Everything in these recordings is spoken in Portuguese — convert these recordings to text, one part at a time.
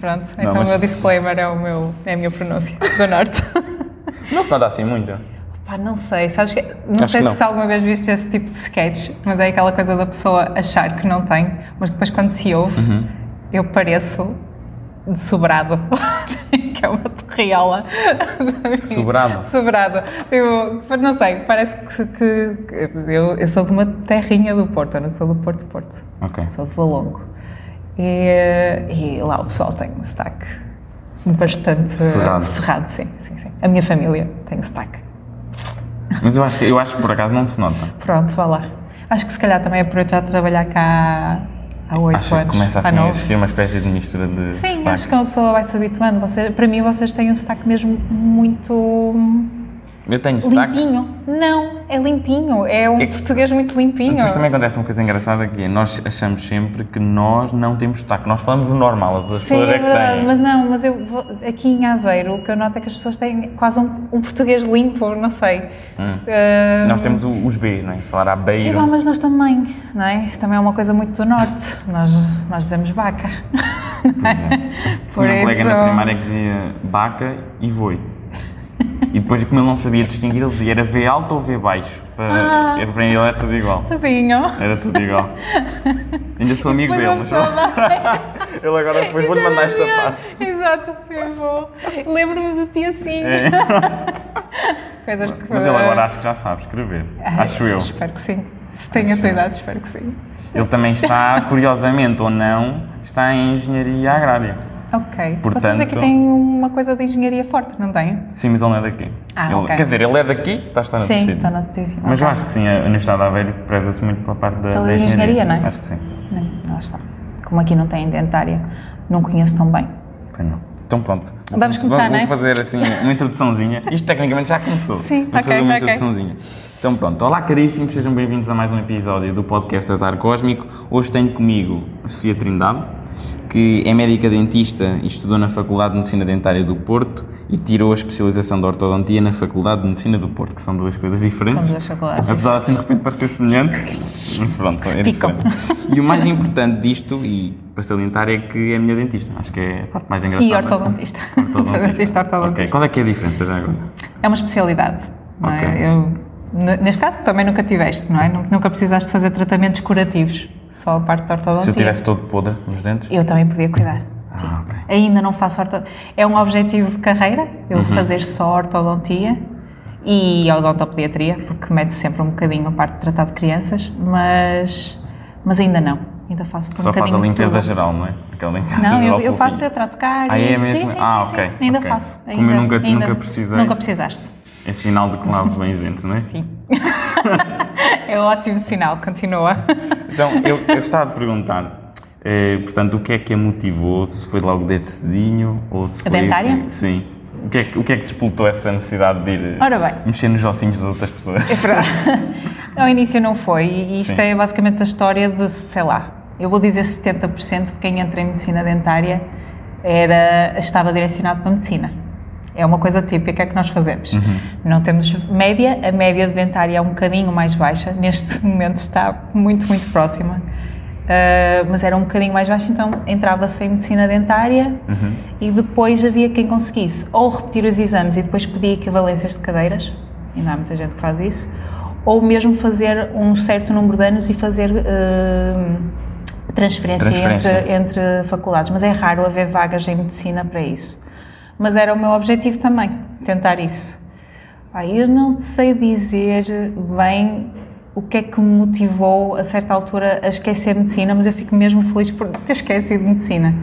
Pronto, Não, então mas- o meu disclaimer é, o meu, é a minha pronúncia do norte. Não se nota assim muito. Pá, não sei, sabes que não Acho sei que não. se alguma vez viste esse tipo de sketch, mas é aquela coisa da pessoa achar que não tem, mas depois quando se ouve, Uhum. eu pareço de sobrado, que é uma terriola. Sobrado? Sobrado. Eu, não sei, parece que, que- que eu, eu sou de uma terrinha do Porto, eu não sou do Porto Porto, Ok. sou de Valongo. eh, E, e lá o pessoal tem um sotaque bastante Cerrado. cerrado sim, sim, sim. A minha família tem um sotaque. Mas eu acho, que, eu acho que por acaso não se nota. Pronto, vá lá. Acho que se calhar também é por eu já trabalhar cá há oito Acho que anos. começa há assim a nove. existir uma espécie de mistura de Sim, sotaques. acho que uma pessoa vai se habituando. Vocês- para mim, vocês têm um sotaque mesmo muito hum, Eu tenho sotaque. limpinho. Não, é limpinho. É um É que- português muito limpinho. Depois também acontece uma coisa engraçada que é, nós achamos sempre que nós não temos sotaque. Nós falamos o normal, as pessoas Sim, é é que verdade, têm. mas não, mas eu vou- aqui em Aveiro o que eu noto é que as pessoas têm quase um, um português limpo, não sei. Hum. Ah, Nós temos o- os B, não é? Falar a é beiro. bom, mas nós também, não é? Também é uma coisa muito do norte. Nós, nós dizemos vaca. Tinha um colega na primária que dizia vaca e voi. E depois, como ele não sabia distinguir, ele dizia era V alto ou V baixo. Para, Ah. era para ele era tudo igual. Tadinho. Era tudo igual. Ainda sou amigo Depois dele. uma mas pessoa vai- Ele agora depois vou-lhe Isso é mandar era esta melhor. parte. Exato, é bom. Lembro-me de ti assim. É. Coisas que. Mas ele agora acho que já sabe escrever. Ah, Acho eu. Espero que sim. Se tem a tua eu. idade, espero que sim. Ele também está, curiosamente ou não, está em engenharia agrária. Ok. Vocês Portanto- aqui têm uma coisa de engenharia forte, não têm? Sim, mas ele não é daqui. Ah, Ele- ok. Quer dizer, ele é daqui, está a estar na sim, terceira. está na notícia. Mas eu Ok. acho que sim, a Universidade de Aveiro preza-se muito pela parte da, Pela da engenharia. engenharia, não é? Acho que sim. Não, lá está. Como aqui não tem dentária, não conheço tão bem. Pois não. Então pronto. Vamos Vou- começar, vou, não é? fazer assim uma introduçãozinha. Isto tecnicamente já começou. Sim, Vamos ok, fazer uma ok. introduçãozinha. Então pronto. Olá caríssimos, sejam bem-vindos a mais um episódio do podcast Azar Cósmico. Hoje tenho comigo a Sofia Trindade, que é médica dentista e estudou na Faculdade de Medicina Dentária do Porto e tirou a especialização de ortodontia na Faculdade de Medicina do Porto, que são duas coisas diferentes. São duas faculdades Apesar de assim de repente parecer semelhante. mas pronto, é Ficam. diferente. E o mais importante disto, e para salientar, é que é a minha dentista. Acho que é a parte mais engraçada. E ortodontista. Dentista, Ortodontista. ortodontista. Ok, Qual é que é a diferença já agora? É uma especialidade. Não é? Ok. Eu, n- neste caso, também nunca tiveste, não é? Nu- Nunca precisaste fazer tratamentos curativos, só a parte da ortodontia. Se eu tivesse todo podre nos dentes? Eu Um também podia cuidar. Ah, ok. Ainda não faço ortodontia. É um objetivo de carreira, eu Uhum. fazer só ortodontia e odontopediatria, porque mete sempre um bocadinho a parte de tratar de crianças, mas, mas ainda não. Ainda faço um Só faz bocadinho a de limpeza tudo. geral, não é? Aquela limpeza Não, geral eu, eu fofinha. faço, eu trato caras. Ah, é mesmo? Sim, sim, sim, Ah, sim. ok, Ainda ok. faço. Como eu ainda- nunca- ainda- nunca precisei. Nunca precisaste. É sinal de que lavo bem os dentes, não é? É um ótimo sinal, continua. Então, eu, eu gostava de perguntar, eh, portanto, o que é que a motivou? Se foi logo desde cedinho ou se A foi... dentária? Sim. O que, é que, o que é que despoletou essa necessidade de ir eh, Ora bem. mexer nos ossinhos das outras pessoas? Ao início não foi, e isto Sim. é basicamente a história de, sei lá, eu vou dizer 70% de quem entra em medicina dentária era, estava direcionado para a medicina. É uma coisa típica que nós fazemos. Não temos média, a média de dentária é um bocadinho mais baixa, neste momento está muito, muito próxima, Ah, mas era um bocadinho mais baixa, então entrava-se em medicina dentária e depois havia quem conseguisse ou repetir os exames e depois pedia equivalências de cadeiras, ainda há muita gente que faz isso, ou mesmo fazer um certo número de anos e fazer eh, transferência, Transferência. Entre, entre faculdades. Mas é raro haver vagas em medicina para isso. Mas era o meu objetivo também, tentar isso. Ah, eu não sei dizer bem o que é que me motivou a certa altura a esquecer a medicina, mas eu fico mesmo feliz por ter esquecido medicina.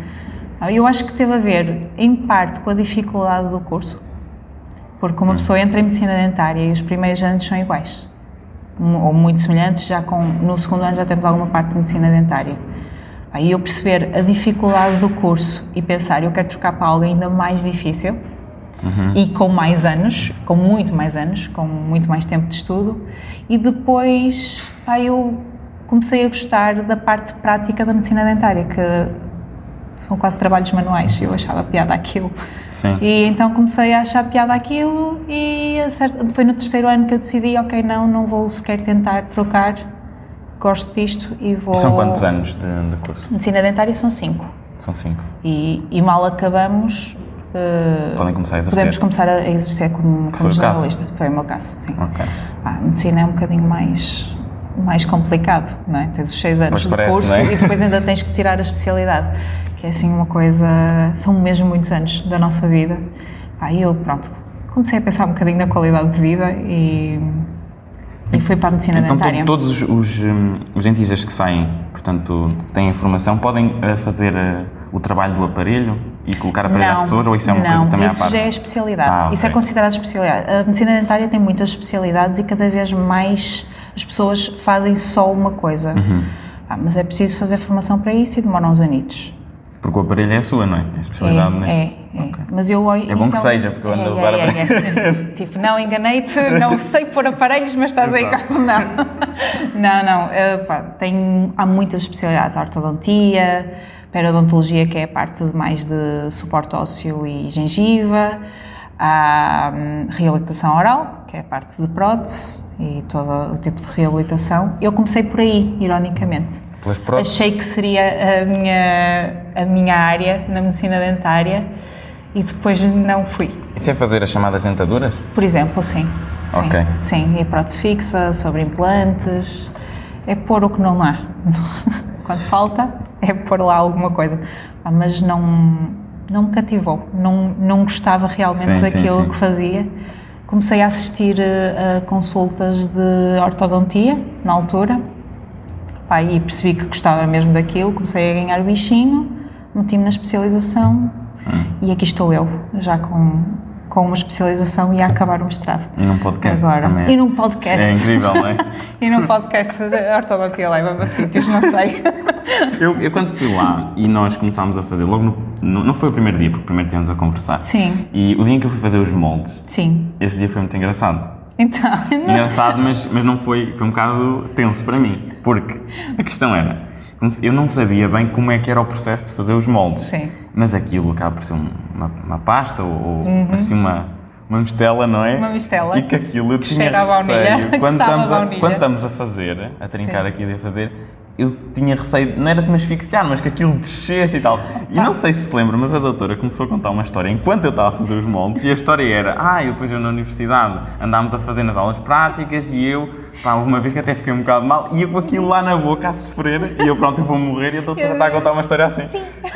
Ah, Eu acho que teve a ver, em parte, com a dificuldade do curso, porque uma pessoa entra em medicina dentária e os primeiros anos são iguais, mu- ou muito semelhantes, já com, no segundo ano já temos alguma parte de medicina dentária. Aí eu perceber a dificuldade do curso e pensar, eu quero trocar para algo ainda mais difícil e com mais anos, com muito mais anos, com muito mais tempo de estudo. E depois, pá, eu comecei a gostar da parte prática da medicina dentária, que são quase trabalhos manuais, eu achava piada aquilo. Sim. E então comecei a achar piada aquilo e a certa- foi no terceiro ano que eu decidi, ok, não, não vou sequer tentar trocar, gosto disto e vou... E são quantos anos de, de curso? Medicina dentária são cinco. São cinco. E, e mal acabamos, eh, Podem começar a exercer. podemos começar a a exercer como, como foi o caso. jornalista. Foi o meu caso, sim. Ok. Ah, a medicina é um bocadinho mais, mais complicado, não é? Tens os seis anos Pois de parece, curso não é? e depois ainda tens que tirar a especialidade, que é assim uma coisa... São mesmo muitos anos da nossa vida. Aí eu, pronto, comecei a pensar um bocadinho na qualidade de vida e, e fui para a medicina Então to- dentária. todos os, os, hum, os dentistas que saem, portanto, que têm a formação, podem eh, fazer eh, o trabalho do aparelho e colocar aparelho às pessoas ou isso é uma não, coisa também isso à parte? já é especialidade. Ah, Isso é ok. considerado especialidade. A medicina dentária tem muitas especialidades e cada vez mais as pessoas fazem só uma coisa. Uhum. Ah, mas é preciso fazer formação para isso e demora uns anitos. Porque o aparelho é a sua, não é? A É, especialidade neste. é, é. Mas eu É bom que um- seja, porque eu ando a usar aparelhos. é, Tipo, não enganei-te, não sei pôr aparelhos, mas estás aí Exato. com. Não, não, não eh, pá, tem, há muitas especialidades: ortodontia, periodontologia, que é a parte mais de suporte ósseo e gengiva, há hum, reabilitação oral, que é a parte de prótese e todo o tipo de reabilitação. Eu comecei por aí, ironicamente. Pelas próteses. Achei que seria a minha, a minha área na medicina dentária e depois não fui. Isso é fazer as chamadas dentaduras? Por exemplo, sim. Sim, Ok. sim. e prótese fixa, sobre implantes. É pôr o que não há. Quando falta, é pôr lá alguma coisa. Ah, Mas não, não me cativou. Não, não gostava realmente Sim, sim, daquilo sim. que fazia. Comecei a assistir eh, a consultas de ortodontia, na altura. Pá, e percebi que gostava mesmo daquilo. Comecei a ganhar bichinho, meti-me na especialização. Hum. E aqui estou eu, já com, com uma especialização e a acabar o mestrado. E num podcast Agora. também. E num podcast. É incrível, não é? E num podcast, a ortodontia leva-me a sítios, não sei. eu, eu quando fui lá e nós começámos a fazer, logo no, no- Não foi o primeiro dia, porque primeiro tínhamos a conversar. Sim, E o dia em que eu fui fazer os moldes, sim. esse dia foi muito engraçado. Então, Engraçado, mas, mas não foi, foi um bocado tenso para mim, porque a questão era, como se- eu não sabia bem como é que era o processo de fazer os moldes, Sim. mas aquilo acaba por ser um- uma, uma pasta ou ou assim uma, uma mistela, não é? Uhum. Uma mistela. E que aquilo eu Que tinha cheira a baunilha, receio, que quando sabe a estamos, a, baunilha. quando estamos a fazer, a trincar aquilo e a fazer, eu tinha receio, não era de me asfixiar, mas que aquilo descesse e tal. E Tá. não sei se se lembra, mas a doutora começou a contar uma história enquanto eu estava a fazer os moldes, e a história era, ah, eu depois eu na universidade andámos a fazer nas aulas práticas, e eu, pá, houve uma vez que até fiquei um bocado mal, e eu com aquilo lá na boca a sofrer, e eu pronto, eu vou morrer, e a doutora Eu- está a contar uma história assim.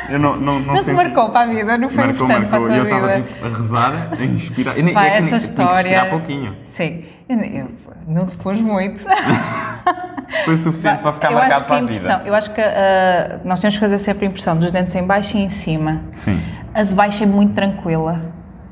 Eu não, não, não, não te senti- marcou para a vida, não foi Marcou, importante marcou, e eu para a estava tua vida. tipo a rezar, a inspirar. E nem, Pá, é que nem- essa Tinha que história. respirar pouquinho. Sim, eu, eu não te pôs muito. Foi suficiente para ficar eu marcado acho que para a impressão, vida. Eu acho que ah, nós temos que fazer sempre a impressão dos dentes em baixo e em cima. Sim. A de baixo é muito tranquila,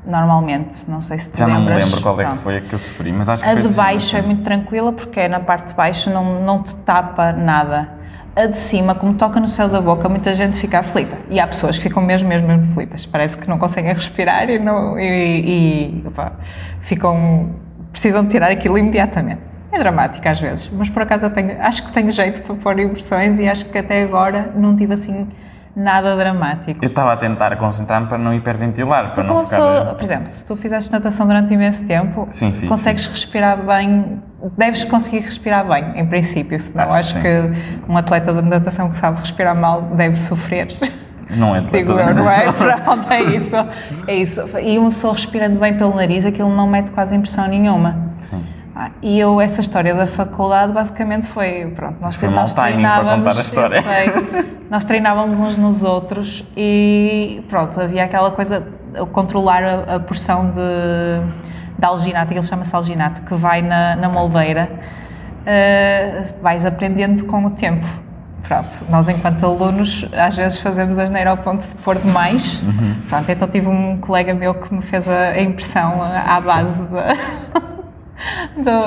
normalmente. Não sei se te Já não me lembras. lembro qual é que Pronto. foi a que eu sofri, mas acho que A foi tipo, de cima, baixo é sim. muito tranquila porque é na parte de baixo não, não te tapa nada. A de cima, como toca no céu da boca, muita gente fica aflita. E há pessoas que ficam mesmo, mesmo, mesmo aflitas. Parece que não conseguem respirar e, não, e, e, opá, ficam. precisam de tirar aquilo imediatamente. É dramático às vezes, mas por acaso eu tenho, acho que tenho jeito para pôr impressões e acho que até agora não tive assim nada dramático. Eu estava a tentar concentrar-me para não hiperventilar, para Uma não pessoa, ficar. por exemplo, se tu fizeste natação durante imenso tempo, Sim, fiz, consegues respirar bem, deves conseguir respirar bem, em princípio, senão Acho acho, que que um atleta de natação que sabe respirar mal deve sofrer. Não é de Digo todo. eu, não é? Pronto, é isso. É isso. E uma pessoa respirando bem pelo nariz, aquilo não mete quase impressão nenhuma. Sim. Ah, e eu, essa história da faculdade, basicamente foi, pronto, nós, Foi mau nós timing para treinávamos... contar a história. eu sei, nós treinávamos uns nos outros e, pronto, havia aquela coisa, o controlar a, a porção de, de alginato, aquilo chama-se alginato, que vai na, na moldeira, ah, vais aprendendo com o tempo. Pronto, nós enquanto alunos às vezes fazemos asneira ao ponto de pôr demais. Uhum. Pronto, então tive um colega meu que me fez a, a impressão ah, à base da,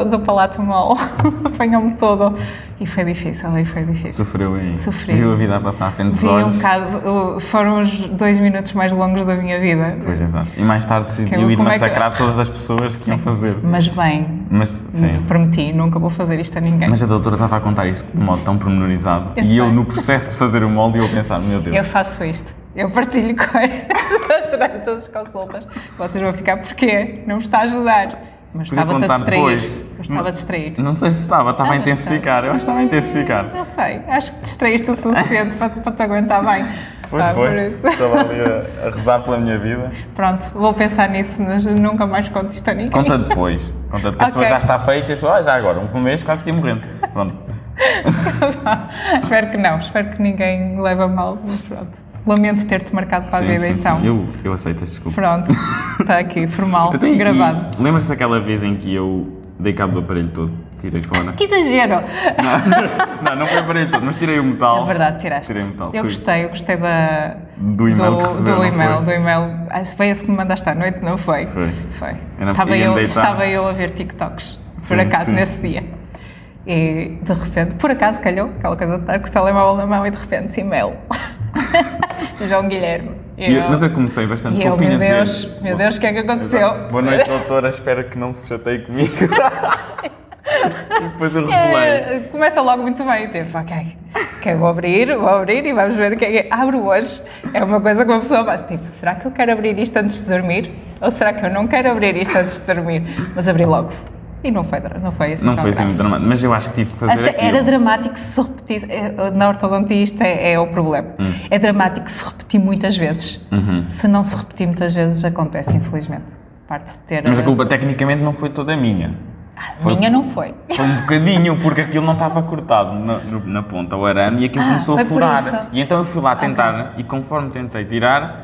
do, do palato mal. Apanhou-me todo. E foi difícil, aí foi difícil. Sofreu e Sofri. viu a vida a passar à frente dos Sim, um olhos. bocado, o- foram os dois minutos mais longos da minha vida. Pois, exato. E mais tarde decidiu Como ir é que- massacrar todas as pessoas que iam fazer. Mas bem, Mas, sim. prometi, nunca vou fazer isto a ninguém. Mas é a doutora estava a contar isso de um modo tão pormenorizado. Eu e eu, sei. no processo de fazer o molde, eu a pensar, meu Deus. Eu faço isto. Eu partilho coisas durante as consultas. Vocês vão ficar porquê? Não me está a ajudar. Mas Podia estava-te a contar distrair. depois. Mas estava a distrair. Não sei se estava, estava a mas intensificar. Eu acho que estava a intensificar. Não sei, acho que distraíste o suficiente para, para te aguentar bem. Foi, Pá, por foi. isso. Estava ali a, a rezar pela minha vida. Pronto, vou pensar nisso, mas nunca mais conto isto a ninguém. Conta depois. Conta depois, Ok. okay. já está feito. e as pessoas, Ah, já agora, um mês quase que ia morrendo. Pronto. espero que não, espero que ninguém leve a mal, mas pronto. Lamento ter-te marcado para a vida então. Eu, eu aceito as desculpas. Pronto, está aqui, formal, Eu tenho- gravado. e Lembras-te daquela vez em que eu dei cabo do aparelho todo? Tirei fora. Que exagero! não, não foi o aparelho todo, mas tirei o metal. É verdade, tiraste. Tirei o metal. Eu Foi gostei, eu gostei da, Do e-mail que recebeu, do não e-mail, foi? do e-mail. Acho que foi esse que me mandaste à noite, não foi? Foi. Foi. Eu não- Estava, ia-me eu, deitar. estava eu a ver TikToks, Sim, por acaso, sim. nesse dia. E de repente, por acaso calhou, aquela coisa de estar com o telemóvel na mão e de repente, e-mail. João Guilherme. E eu- mas eu comecei bastante e eu, fofinho meu a dizer. Deus, meu Deus, o que é que aconteceu? Boa noite, doutora. Espero que não se chateie comigo. E Depois eu revelei. É, começa logo muito bem, tipo, ok, ok, vou abrir, vou abrir e vamos ver o que é que é. Abro hoje. É uma coisa que uma pessoa faz, tipo, será que eu quero abrir isto antes de dormir? Ou será que eu não quero abrir isto antes de dormir? Mas abri logo. E não foi, dra- não foi assim. Não tão foi assim grave. muito dramático, mas eu acho que tive que fazer Até aquilo. era dramático se repetisse. é, Na ortodontia isto é, é o problema. Hum. É dramático se repetir muitas vezes. Uhum. Se não se repetir muitas vezes, acontece, infelizmente. Parte de ter. Ah, Mas a culpa tecnicamente não foi toda minha. a minha não foi. Foi um bocadinho, porque aquilo não estava cortado na, no- na ponta, o arame, e aquilo Ah, começou a foi por furar. isso. E então eu fui lá tentar, e conforme tentei tirar,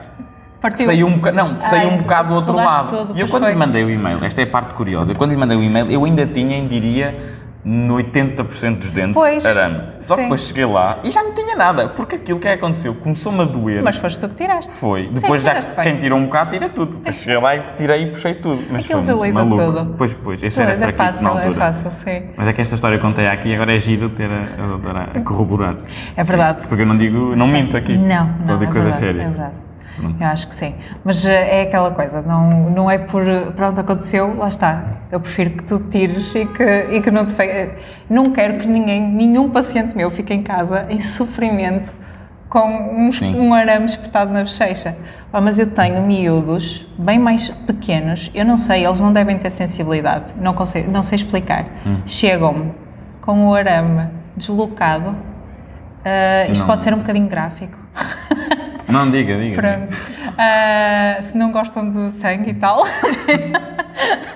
Partiu. saiu um bocado, não, saiu um Ai, bocado do outro rolaste lado. tudo, e eu pois quando foi. lhe mandei o e-mail, esta é a parte curiosa, eu quando lhe mandei o e-mail, eu ainda tinha, em diria, no 80% dos dentes, Pois, arame. Só sim. que depois cheguei lá e já não tinha nada, porque aquilo que aconteceu começou-me a doer. Mas foste tu que tiraste. Foi. Depois já fizeste bem. quem tirou um bocado tira tudo. Depois cheguei lá e tirei e puxei tudo. Mas Aquilo foi muito desliza maluco. tudo. Pois, pois. Esse Pois, era é fraquito na fácil, é altura. fácil, sim. Mas é que esta história que eu contei aqui agora é giro ter a, a doutora a corroborar. É verdade. Porque eu não digo, não minto aqui. Não, Só não, digo é coisas verdade, É sérias. verdade. Eu acho que sim. Mas eh, é aquela coisa, não, não é por. eh, Pronto, aconteceu, lá está. Eu prefiro que tu tires e que, e que não te. fe- eh, Não quero que ninguém, nenhum paciente meu fique em casa em sofrimento com um, es- Sim. um arame espetado na bochecha. Pá, Mas eu tenho miúdos bem mais pequenos, eu não sei, eles não devem ter sensibilidade, não, consigo, não sei explicar. Hum. Chegam-me com o arame deslocado. Ah, isto Não. pode ser um bocadinho gráfico. Não, diga, diga. Pronto. Ah, se não gostam de sangue e tal.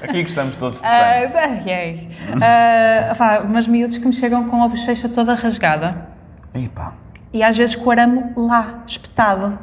Aqui gostamos todos de sangue. Ah, ah, yay. Ah, vá, mas miúdos que me chegam com a bochecha toda rasgada Epá. e às vezes com o arame lá, espetado.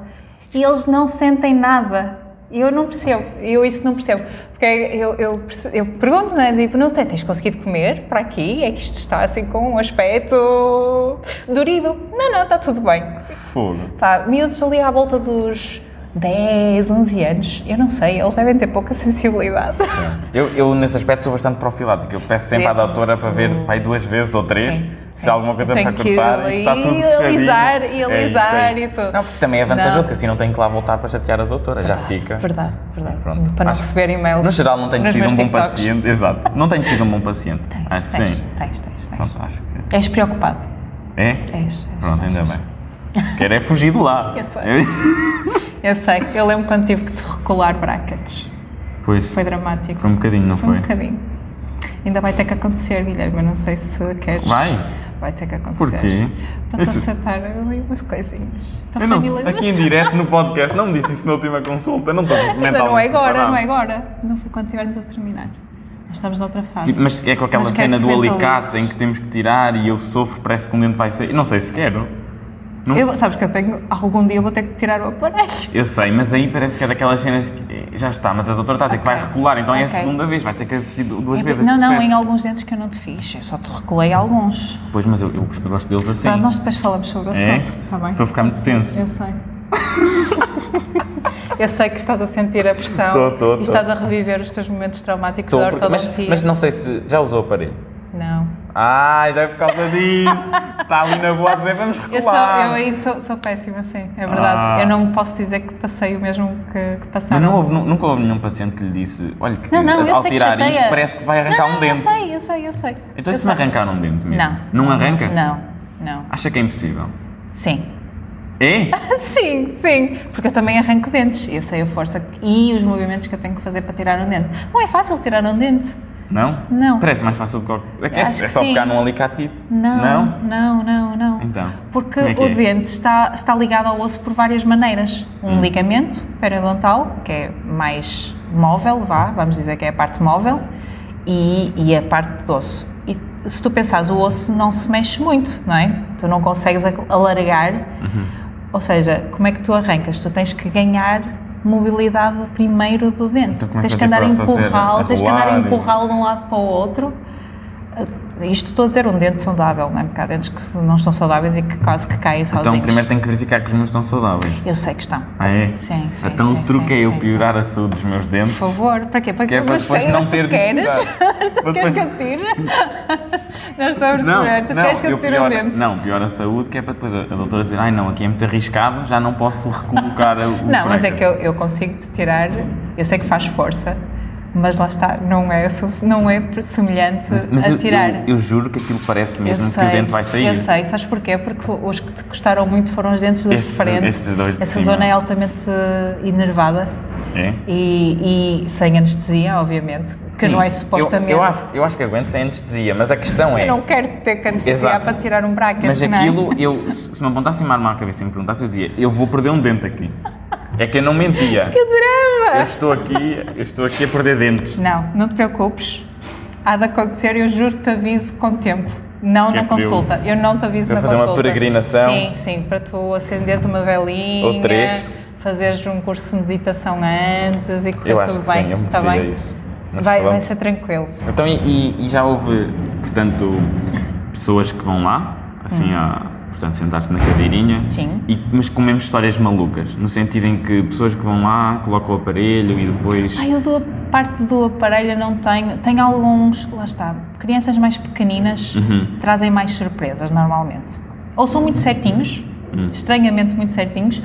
E eles não sentem nada. E Eu não percebo, eu isso não percebo. Porque é, eu, eu, perce- eu pergunto, né? Tipo, não tens tens conseguido comer para aqui? É que isto está assim com um aspecto durido. Não, não, está tudo bem. Fogo. Pá, miúdos ali à volta dos 10, 11 anos, eu não sei, eles devem ter pouca sensibilidade. Sim. Eu, eu, nesse aspecto, sou bastante profilático. Eu peço sempre à Sim, tu- doutora para ver pai, duas vezes ou três Sim, se sim. há alguma coisa Eu para tenho que ir cortar e ali se está tudo e fechadinho. alisar, e É isso, alisar é e isso. tudo. Não, porque também é vantajoso, Não. que assim não tenho que lá voltar para chatear a doutora. Já fica. Verdade, verdade. Pronto, Para não acho- receber e-mails. No geral, não tenho nos sido um meus bom TikToks. paciente. Exato. Não tenho sido um bom paciente. Acho que Tens, sim. tens, tens, tens. Pronto, acho que. És preocupado. É? És, és, Pronto, ainda és. bem. Quero é fugir de lá. Eu Eu sei, eu lembro quando tive que te recolar brackets. Pois. Foi Foi dramático. um bocadinho, não Foi um foi? bocadinho. Ainda vai ter que acontecer, Guilherme. Eu não sei se queres. Vai? Vai ter que acontecer. Porquê? Para Isso- consertar ali umas coisinhas. Para Eu não, familiarizar. aqui em direto no podcast, não me disse isso na última consulta, não estou mentalmente Ainda não é agora, preparado. não é agora. Não foi quando estivermos a terminar. Nós estamos noutra fase. Tipo, mas é com aquela Mas quero cena que do te alicate mentalizes. em que temos que tirar e eu sofro, parece que um dente vai sair. Não sei se quero. Não- Eu- sabes que eu tenho. Algum dia vou ter que tirar o aparelho. É Eu sei, mas aí parece que é daquelas cenas que eh, já está, mas a doutora está a dizer que vai Ok. recular, então é a Ok. segunda vez, vai ter que assistir du- duas É vezes porque- não, esse não, processo. em alguns dentes que eu não te fiz. Eu só te recolei alguns. Pois, mas eu, eu gosto deles assim. Pronto, nós depois falamos sobre o É? assim. assunto. Está bem? Estou a ficar muito tenso. Eu sei. eu sei que estás a sentir a pressão Tô, tô, tô. e estás a reviver os teus momentos traumáticos Estou, da porque- mas, ortodontia. mas não sei se já usou o aparelho. Não. Ai, deve por causa disso. Está ali na boa a dizer, vamos Eu, sou, recular. eu aí sou, sou péssima, sim, é verdade. Ah. Eu não posso dizer que passei o mesmo que, que passaram. Mas não houve, nu- nunca houve nenhum paciente que lhe disse, olha que Tá Não, não, eu ao sei que tirar chateia. isto parece que vai arrancar não, um não, dente. Eu sei, eu sei, eu sei. Então eu e se me sei. arrancar um dente mesmo? Não. Não arranca? Não, não. Acha que é impossível? Sim. É? Sim, sim, porque eu também arranco dentes. Eu sei a força que- e os movimentos que eu tenho que fazer para tirar um dente. Não é fácil tirar um dente. Não? Não. Parece mais fácil do que... É, que é, é Acho que só sim. pegar num alicatito. Não, Não? não, não, não. Então, Porque como é que o é? dente está, está ligado ao osso por várias maneiras. Hum. Um ligamento periodontal, que é mais móvel, vá, vamos dizer que é a parte móvel, e, e a parte do osso. E se tu pensares, o osso não se mexe muito, não é? Tu não consegues a- alargar. Uhum. Ou seja, como é que tu arrancas? Tu tens que ganhar mobilidade primeiro do dente. Então começa tens que tipo andar a a fazer- empurrá-lo, a tens que andar a rolar e- empurrá-lo de um lado para o outro. Uh, Isto estou a dizer um dente saudável, não é? Porque há dentes que não estão saudáveis e que quase que caem sozinhos. Então primeiro tenho que verificar que os meus estão saudáveis. Eu sei que estão. Ah, é? Sim, sim, Então sim, o truque sim, é eu sim, piorar a saúde dos meus dentes. Por favor, para quê? Para Que é para mas depois queres- não ter tu de queres? estudar. Para tu queres que depois- eu tire? não estou a perceber. Tu queres que eu tire o pioro- dente? Não, pior a saúde, que é para depois a a doutora dizer, ai não, aqui é muito arriscado, já não posso recolocar a- o Não, mas é prego." que eu, eu consigo te tirar, eu sei que faz força, mas lá está, não é, su- não é semelhante Mas a eu, tirar. eu- eu juro que aquilo parece mesmo que o dente vai sair. Eu sei, sabes porquê? Porque os que te custaram muito foram os dentes da Estes- frente. estes dois de Essa cima. zona é altamente eh, enervada É? e, e sem anestesia, obviamente, que Sim, não é eu- supostamente. Eu, acho, eu acho que aguento sem anestesia, mas a questão é. Eu não quero ter que anestesiar Exato. para tirar um bracket, mas não é? aquilo, eu, se se me apontassem uma arma à cabeça e me perguntassem, eu dizia, eu vou perder um dente aqui. É que eu não mentia. Que drama! Eu estou aqui, eu estou aqui a perder dentes. Não, não te preocupes. Há de acontecer, eu juro que te aviso com tempo. Não Que é na que deu? consulta. Eu não te aviso Para na fazer uma consulta. peregrinação? Sim, sim, para tu acenderes uma velinha. Ou três. Fazeres um curso de meditação antes e correr Eu tudo acho que bem. sim, eu me tá merecia bem? isso. Mas Vai, pronto. vai ser tranquilo. Então, e- e, e já houve, portanto, pessoas que vão lá, assim, a, portanto, sentar-se na cadeirinha. Hum. Sim. E, mas com mesmo histórias malucas, no sentido em que pessoas que vão lá, colocam o aparelho e depois... Ah, eu do, parte do aparelho eu não tenho. Tenho alguns, lá está, crianças mais pequeninas Uhum. trazem mais surpresas normalmente. Ou são muito certinhos, Hum. estranhamente muito certinhos,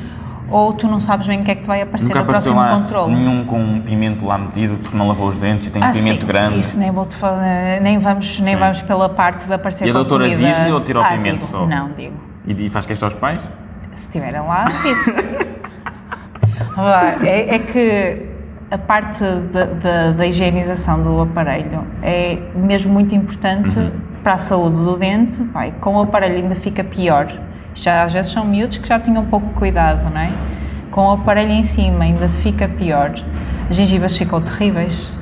ou tu não sabes bem o que é que te vai aparecer Nunca no apareceu próximo lá controle. nenhum com um pimento lá metido porque não lavou os dentes e tem um Ah, pimento sim, grande. Isso nem vou te falar, nem vamos, nem Sim. vamos pela parte de aparecer E a com doutora comida. diz-lhe ou tira o Ah, pimento digo, só? Não, digo. E, e faz queixa aos pais? Se estiverem lá, isso. Vá, é, é que a parte da, da- da higienização do aparelho é mesmo muito importante Uhum. para a saúde do dente. Vai, com o aparelho ainda fica pior. Já às vezes são miúdos que já tinham pouco cuidado, não é? Com o aparelho em cima ainda fica pior. As gengivas ficam terríveis.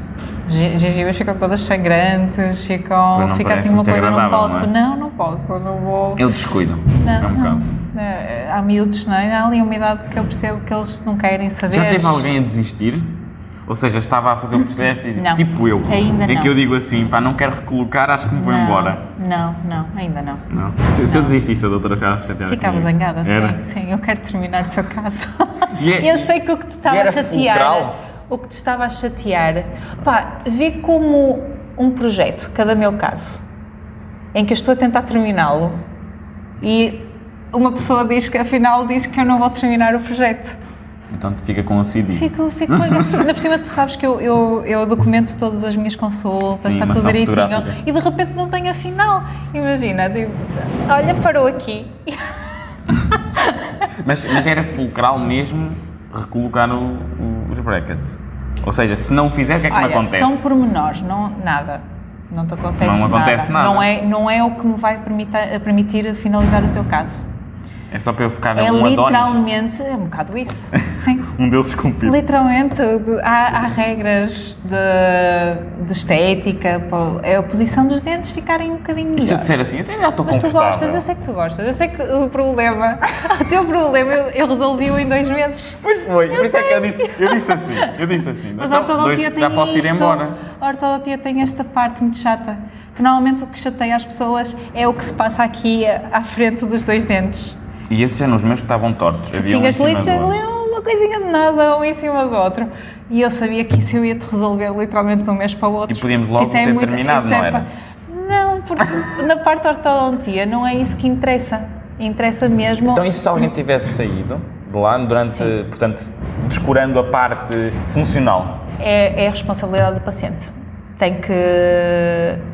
Ge- As gengivas ficam todas sangrantes, Pois ficam, não fica assim parece uma muito coisa, não agradável, posso, não é?" não, não posso, não vou. Ele descuida. é um bocado. É, Há miúdos, não é? Há ali uma idade que eu percebo que eles não querem saber. Já teve alguém a desistir? Ou seja, estava a fazer o processo e Não. tipo eu. Ainda é não. que eu digo assim, pá, não quero recolocar, acho que me vou Não, embora. Não, não, ainda não. Não. Se, se eu desistisse, a doutora Carla chateada. Ficava comigo. zangada, Era. sim, sim. Eu quero terminar o teu caso. E é- eu sei que o que te estava era a chatear. fulcral? O que te estava a chatear. Pá, vê como um projeto, cada meu caso, em que eu estou a tentar terminá-lo e uma pessoa diz que afinal diz que eu não vou terminar o projeto. Então tu fica com o CD. Fico, fico mas é, ainda por cima tu sabes que eu, eu, eu documento todas as minhas consultas, Sim, está uma tudo ação direitinho fotográfica. e de repente não tenho a final. Imagina, digo, olha, parou aqui. Mas, mas era fulcral mesmo recolocar o- o- os brackets. Ou seja, se não o fizer, o que é que me olha, acontece? são pormenores, não, nada. Não te acontece, Não acontece nada. Não, é, não é o que me vai permitir, permitir finalizar o teu caso. É só para eu ficar é um Adonis. literalmente, é um bocado isso. Sim. Um deles esculpido. Literalmente, de- há, há regras de, de estética, pô, é a posição dos dentes ficarem um bocadinho E se melhor. eu disser assim, eu até já estou Mas tu confortável. gostas, eu sei que tu gostas, eu sei que o problema, o teu problema eu, eu resolvi-o em dois meses. Pois foi, por isso é que eu disse, eu disse assim, eu disse assim. Mas a então, ortodontia dois- tem Já posso isto, ir embora. a ortodontia tem esta parte muito chata, que normalmente o que chateia as pessoas é o que se passa aqui a- à frente dos dois dentes. E esses eram os meus que estavam tortos. Tu Havia um em tinhas cima leitos do outro. ali, uma coisinha de nada, um em cima do outro. E eu sabia que isso eu ia te resolver literalmente de um mês para o outro. E podíamos logo Isso é ter muito- isso terminado, não era? pa- Não, porque na parte da ortodontia não é isso que interessa. Interessa mesmo Então, e se alguém tivesse saído de lá durante, portanto, descurando a parte funcional? é, é a responsabilidade do paciente. Tem que,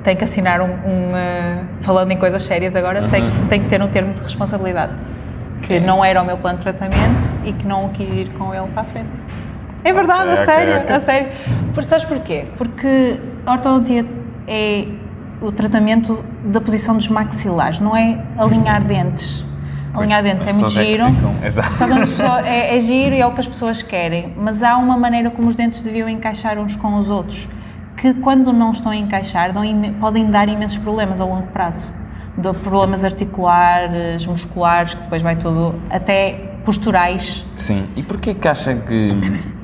tem que assinar um, um, eh, Falando em coisas sérias agora, tem, que, tem que ter um termo de responsabilidade. que não era o meu plano de tratamento e que não quis ir com ele para a frente. É verdade, Ok, a ok, sério, ok. a sério. Por, sabes porquê? Porque a ortodontia é o tratamento da posição dos maxilares, não é alinhar dentes. Alinhar dentes é muito As pessoas que giro. ficam- Exato. Só que as pessoas- é, é giro e é o que as pessoas querem, mas há uma maneira como os dentes deviam encaixar uns com os outros, que quando não estão a encaixar dão ime- podem dar imensos problemas a longo prazo. Dão problemas articulares, musculares, que depois vai tudo, até posturais. Sim, e porquê que acha que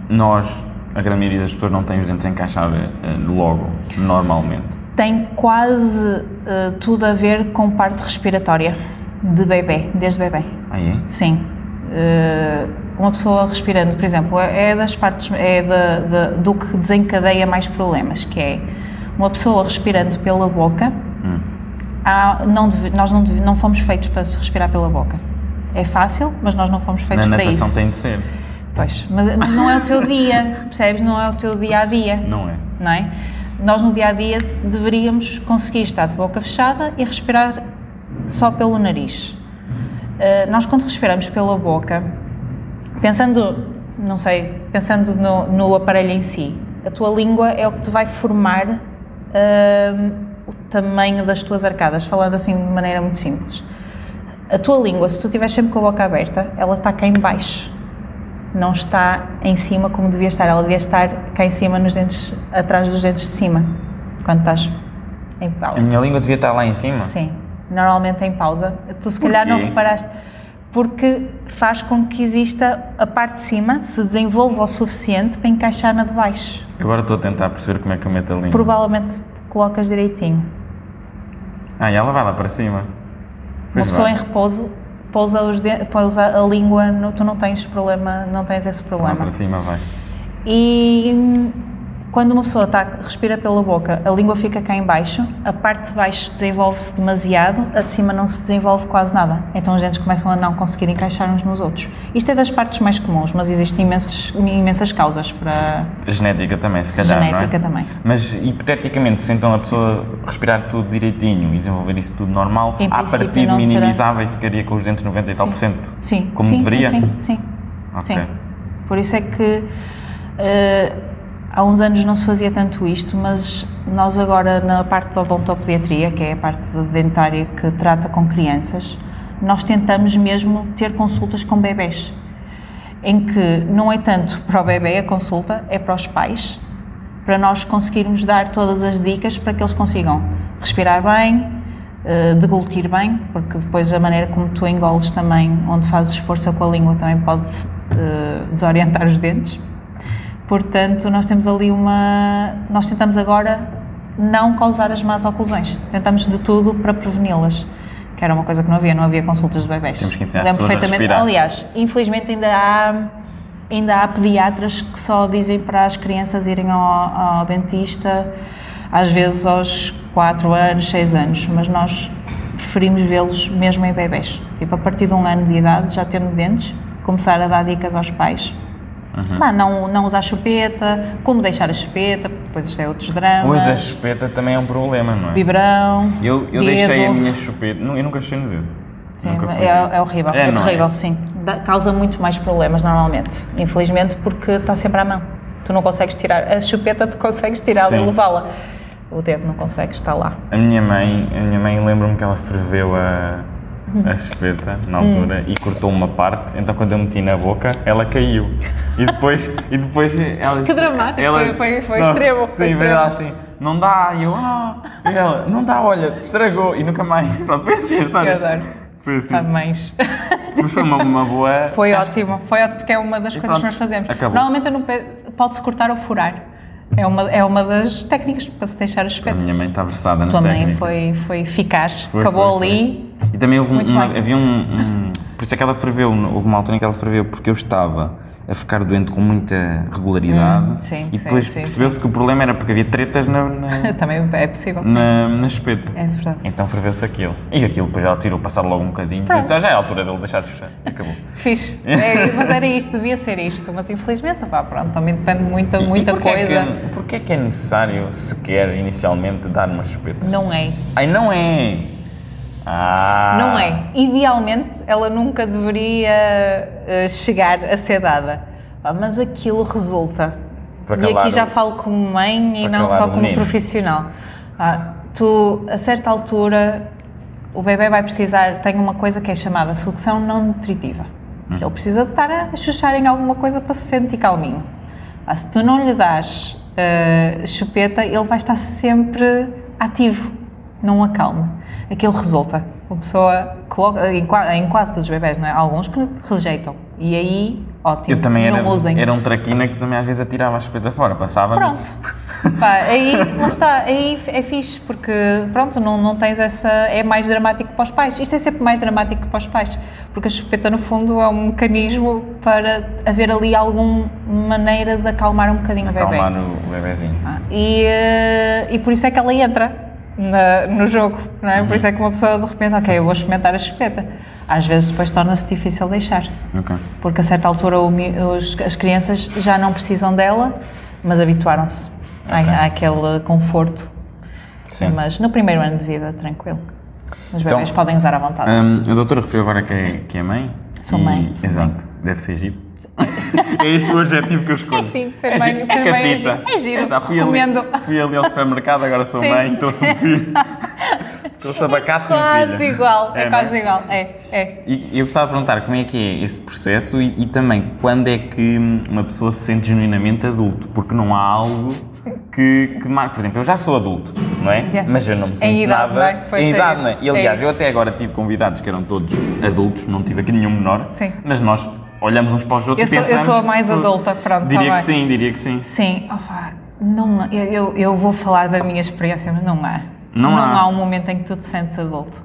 nós, a grande maioria das pessoas, não tem os dentes a encaixar eh, logo, normalmente? Tem quase eh, tudo a ver com parte respiratória de bebê, desde bebê. Aí é? Sim. Eh, uma pessoa respirando, por exemplo, é é das partes é da- da- do que desencadeia mais problemas, que é uma pessoa respirando pela boca. Hum. há- não deve- nós não, deve- não fomos feitos para respirar pela boca. É fácil, mas nós não fomos feitos Na para natação isso. tem de ser, Pois, mas, mas não é o teu dia, percebes? Não é o teu dia a dia não é? não é? Nós no dia a dia deveríamos conseguir estar de boca fechada e respirar só pelo nariz. Uh, nós quando respiramos pela boca, pensando, não sei, pensando no, no aparelho em si, a tua língua é o que te vai formar uh, o tamanho das tuas arcadas, falando assim de maneira muito simples. A tua língua, se tu estiver sempre com a boca aberta, ela está cá em baixo não está em cima como devia estar. Ela devia estar cá em cima, nos dentes, atrás dos dentes de cima, quando estás em A pausa. minha língua devia estar lá em cima? Sim, normalmente em pausa. Tu se calhar não quê? reparaste. Porque faz com que exista a parte de cima, se desenvolva o suficiente para encaixar na de baixo. Agora estou a tentar perceber como é que eu meto a língua. Provavelmente colocas direitinho. Ah, e ela vai lá para cima. Uma Pois pessoa vai. em repouso pousa, os de- pousa a língua, no- tu não tens problema, não tens esse Lá problema. para cima vai. E hum, quando uma pessoa tá, respira pela boca, a língua fica cá em baixo, a parte de baixo desenvolve-se demasiado, a de cima não se desenvolve quase nada. Então os dentes começam a não conseguir encaixar uns nos outros. Isto é das partes mais comuns, mas existem imensos, imensas causas para Genética também, se calhar, não genética é? também. Mas, hipoteticamente, se então a pessoa respirar tudo direitinho e desenvolver isso tudo normal, Em à princípio, partida não terá. minimizava e ficaria com os dentes 90 e tal por cento. Sim, Como sim, deveria? Sim, sim, sim. Ok. Sim. Por isso é que eh, há uns anos não se fazia tanto isto, mas nós agora na parte da odontopediatria, que é a parte da dentária que trata com crianças, nós tentamos mesmo ter consultas com bebés, em que não é tanto para o bebê a consulta, é para os pais, para nós conseguirmos dar todas as dicas para que eles consigam respirar bem, eh, deglutir bem, porque depois a maneira como tu engoles também, onde fazes força com a língua, também pode eh, desorientar os dentes. Portanto, nós temos ali uma. Nós tentamos agora não causar as más oclusões. Tentamos de tudo para preveni-las, que era uma coisa que não havia, não havia consultas de bebés. Temos que ensinar as Lembro pessoas a perfeitamente- respirar. Aliás, infelizmente ainda há, ainda há pediatras que só dizem para as crianças irem ao, ao dentista, às vezes aos 4 anos, 6 anos, mas nós preferimos vê-los mesmo em bebés. Tipo, a partir de um ano de idade, já tendo dentes, começar a dar dicas aos pais. Uhum. Pá, não, não usar chupeta, como deixar a chupeta, porque depois isto é outros dramas. Pois, a chupeta também é um problema, não é? Vibrão. Eu, eu dedo. deixei a minha chupeta. nu- Eu nunca achei no dedo. Sim, nunca fui. é, é horrível, é, não terrível, sim. Dá- causa muito mais problemas normalmente, infelizmente, porque está sempre à mão. Tu não consegues tirar, a chupeta tu consegues tirá-la e Sim. levá-la. O dedo não consegues, está lá. A minha mãe, a minha mãe lembro-me que ela ferveu a, a Uhum. chupeta na altura Hum. e cortou uma parte, então quando eu meti na boca, ela caiu. E depois, e depois ela Que dramático, foi- foi- foi extremo, foi Sim, extremo. veio ela assim, não dá, e eu, ah, e ela, não dá, olha, estragou, e nunca mais. Pronto, foi assim a história. Eu adoro. Foi assim. Sabe mais. Mas foi uma, uma boa. Foi acho ótimo, foi ótimo, porque é uma das coisas pronto, que nós fazemos. acabou. Normalmente eu não pe- pode-se cortar ou furar. É uma, é uma das técnicas para se deixar a que A chupeta. minha mãe está versada nas Tua mãe técnicas. foi, foi eficaz, Foi, acabou foi, foi. ali. E também houve um, Muito uma- bem. havia um, um- Por isso é que ela ferveu, houve uma altura em que ela ferveu, porque eu estava a ficar doente com muita regularidade Hum, sim, e depois sim, sim, percebeu-se que o problema era porque havia tretas na, na, Também é possível. sim. na, na espeta. É verdade. Então ferveu-se aquilo. E aquilo depois ela tirou, passado logo um bocadinho. Pronto. Disse, "Ah, já é a altura dele deixar de fechar. E Acabou. Fiz. É, mas era isto, devia ser isto. Mas infelizmente, pá, pronto, também depende de muita, E- e muita porquê é coisa. que- porquê é que é necessário sequer inicialmente dar uma espeta? Não é. Ai, não é! Ah. Não é. Idealmente, ela nunca deveria eh, chegar a ser dada. Pá, Mas aquilo resulta. Para e calar aqui já o- falo como mãe e para não calar só o como menino. profissional. Ah, tu, a certa altura, o bebê vai precisar, tem uma coisa que é chamada sucção não nutritiva. Hum. Ele precisa de estar a chuchar em alguma coisa para se sentir calminho. Ah, se tu não lhe das ah, chupeta, ele vai estar sempre ativo, não acalma. Aquilo resulta. Uma pessoa, que logo- em, qua- em quase todos os bebés, não é? Há Alguns que rejeitam. E aí, ótimo. Eu também era, Tipo, não usem. era um traquina que também às vezes atirava a espeta fora, passava Pronto. Pá, aí, lá está, aí é fixe, porque pronto, não, não tens essa. É mais dramático para os pais. Isto é sempre mais dramático para os pais, porque a chupeta, no fundo, é um mecanismo para haver ali alguma maneira de acalmar um bocadinho o bebê. acalmar o o bebezinho. Ah, E, eh, e por isso é que ela entra na- no jogo, não é? Por isso é que uma pessoa de repente, ok, eu vou experimentar a chupeta. Às vezes depois torna-se difícil deixar Ok. porque a certa altura o mi- os- as crianças já não precisam dela, mas habituaram-se à- Ok. àquele conforto. Sim. Mas no primeiro ano de vida, tranquilo. Os Então- bebês podem usar à vontade. Hum, a doutora referiu agora que é, que é mãe. Sou e- mãe, sou exato. Deve ser giro. é este o adjetivo que eu escolho. É sim, ser mãe- ser mãe é catita. giro. É giro, Tá, fui, ali, recomendo. fui ali ao supermercado, agora sou Sim. É mãe, trouxe um filho. trouxe abacate e um filho. quase igual, é, não quase igual. É, é. E e eu gostava de perguntar como é que é esse processo e, e também quando é que hum, uma pessoa se sente genuinamente adulto, porque não há algo que, que marque. Por exemplo, eu já sou adulto, não é? Yeah. Mas eu não me sinto idade, nada não é? Pois em é idade, isso, não é? E é aliás, isso. eu até agora tive convidados que eram todos adultos, não tive aqui nenhum menor, Sim. mas nós olhamos uns para os outros Eu e sou- eu pensamos... sou a mais se- adulta, pronto, tá Diria que bem. sim, diria que sim. Sim, opá, não, eu- eu, eu vou falar da minha experiência, mas não há. Não há. um momento em que tu te sentes adulto.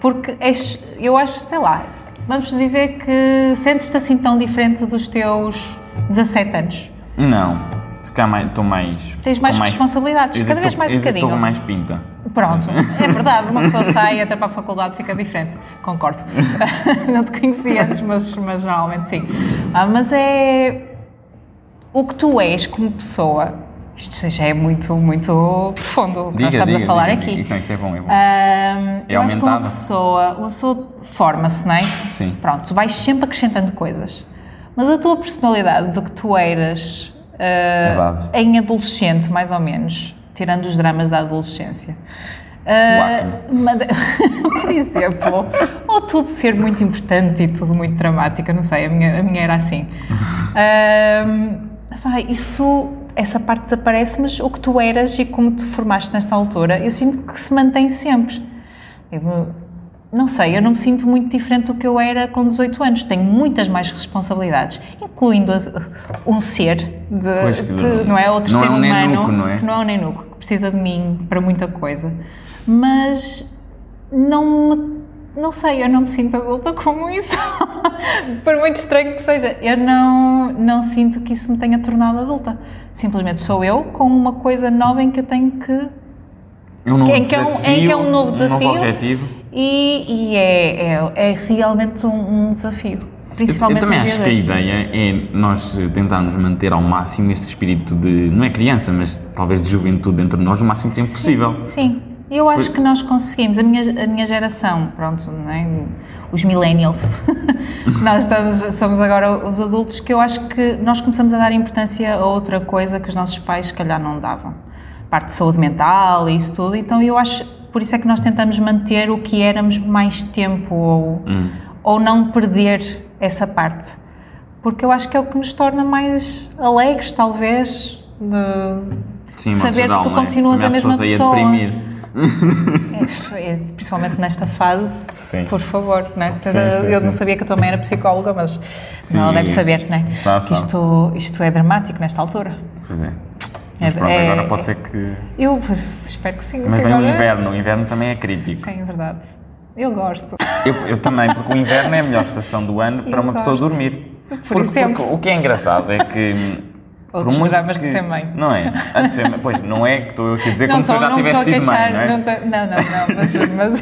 Porque és- eu acho, sei lá, vamos dizer que sentes-te assim tão diferente dos teus 17 anos. Não, se calhar mais- estou mais... Tens com mais responsabilidades, Eu cada vez estou- mais um eu Estou bocadinho. com mais pinta. Pronto, é verdade, uma pessoa sai até para a faculdade fica diferente, concordo. não te conhecia antes, mas, mas normalmente sim. Ah, mas é. O que tu és como pessoa, isto já é muito, muito profundo o que nós Diga, estamos diga, a falar diga, aqui. Ah, diga. Isso, isso é bom, é bom. Ahm, É eu acho que uma aumentado. pessoa, uma pessoa forma-se, não é? Sim. Pronto, tu vais sempre acrescentando coisas. Mas a tua personalidade do que tu eras ah, A base. em adolescente, mais ou menos, tirando os dramas da adolescência. Acre. ah, mas- por exemplo, ou tudo ser muito importante e tudo muito dramático, eu não sei, a minha, a minha era assim. Ahm, pá, isso, essa parte desaparece, mas o que tu eras e como te formaste nesta altura, eu sinto que se mantém sempre. Eu, não sei, eu não me sinto muito diferente do que eu era com 18 anos. Tenho muitas mais responsabilidades, incluindo a- um ser de- Pois, que que, não é outro não é ser um humano, nenuco, não é? que não é um nenuco, que precisa de mim para muita coisa. Mas não me, não sei, eu não me sinto adulta como isso. Por muito estranho que seja, eu não, não sinto que isso me tenha tornado adulta. Simplesmente sou eu com uma coisa nova em que eu tenho que É um novo Em que é um- desafio, em que é um novo Um desafio. novo objetivo. E, e é, é, é realmente um, um desafio. Eu, eu Principalmente também nos dias acho que a de hoje. ideia é nós eh, tentarmos manter ao máximo esse espírito de, não é criança, mas talvez de juventude dentro de nós o máximo tempo possível. Sim, eu acho que nós conseguimos. A minha, a minha geração, pronto, né? os millennials, nós estamos, somos agora os adultos que eu acho que nós começamos a dar importância a outra coisa que os nossos pais, se calhar, não davam. Parte de saúde mental e isso tudo. Então eu acho, por isso é que nós tentamos manter o que éramos mais tempo ou, Hum. ou não perder essa parte. Porque eu acho que é o que nos torna mais alegres, talvez, de- Sim, modo Saber que geral, tu não é? continuas Também há a mesma pessoas aí pessoa. deprimir. é, é, principalmente nesta fase, Sim. por favor. Né? Sim, eu sim, eu não sim. sabia que a tua mãe era psicóloga, mas Sim, ela deve é. saber né? Sabe, que sabe. isto, isto é dramático nesta altura. Pois é. É- Mas pronto, é- agora pode ser que. Eu pois, espero que sim. Mas que vem o agora- inverno, o inverno também é crítico. Sim, é verdade. Eu gosto. Eu, eu também, porque o inverno é a melhor estação do ano para Eu uma pessoa gosto. dormir. Por porque, exemplo. porque o que é engraçado é que. hum, por Outros muito dramas de que- ser mãe. Não é? Antes de ser mãe. Pois, não é que estou eu aqui a dizer como se eu tô- já me tivesse tô a sido mãe, não é? não, tô- não, não, não, mas,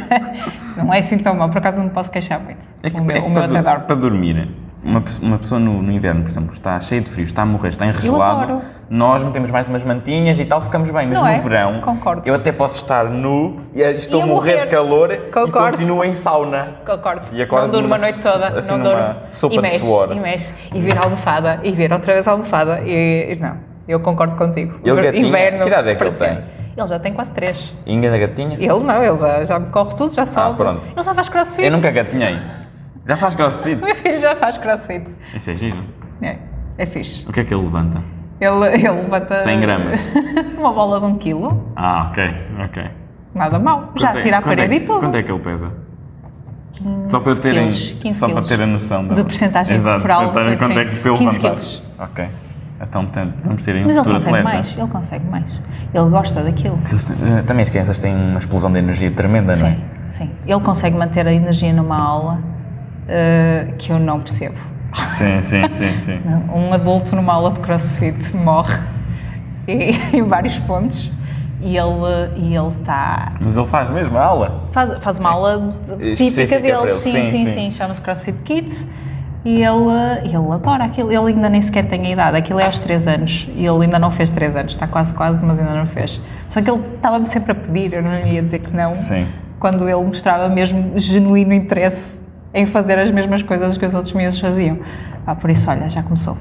mas não é assim tão mal. Por acaso não posso queixar muito. É que, o meu, é que o meu para, até dur- dorme. para dormir uma, pe- uma pessoa no, no inverno, por exemplo, está cheia de frio, está a morrer, está enregelado, adoro. nós metemos mais umas mantinhas e tal, ficamos bem. Mas Não no é? verão, Concordo. eu até posso estar nu e é, estou E a a morrer de morrer. calor e Concordo. continuo em sauna. Concordo. E acordo não durmo numa a noite so- toda. assim, não numa durmo. sopa e de mexe, suor. E mexe. E vira a almofada. E vira outra vez a almofada. E, e não. Eu concordo contigo. Ele já tinha- Inverno. que idade é que ele parece- tem? Ele já tem quase três. E ainda a gatinha? Ele não, ele já, já me corre tudo, já sobe. Ah, pronto. Ele já faz crossfit. Eu nunca gatinhei. Já faz crossfit? Meu filho já faz crossfit. Isso é giro. É, é fixe. O que é que ele levanta? Ele, ele levanta. 100 gramas. Uma bola de um quilo. Ah, ok, ok. Nada mal. Já Quanto é- tira a quanto é- parede e tudo. Quanto é que ele pesa? Só para eu ter, 15 quilos, só para 15 ter a noção da- de percentagem Exato, corporal, percentagem, quanto é sim. que pelo 15 levantar. quilos. Ok. Então tem- vamos ter aí um Mas ele futuro consegue atleta. mais, ele consegue mais. Ele gosta daquilo. Eles têm- eh, Também as crianças têm uma explosão de energia tremenda, não é? Sim, sim. Ele consegue manter a energia numa aula eh, que eu não percebo. Sim, sim, sim, sim. Um adulto numa aula de crossfit morre e- em vários pontos e ele e ele está. Mas ele faz mesmo a aula. Faz, faz uma aula de- Específica típica para ele. deles. Sim, Sim, sim, sim. sim. Chama-se CrossFit Kids. E ele, ele adora aquilo. Ele ainda nem sequer tem a idade. Aquilo é aos 3 anos. E ele ainda não fez 3 anos. Está quase, quase, mas ainda não fez. Só que ele estava-me sempre a pedir. Eu não lhe ia dizer que não. Sim. Quando ele mostrava mesmo genuíno interesse em fazer as mesmas coisas que os outros miúdos faziam. Ah, por isso, olha, já começou.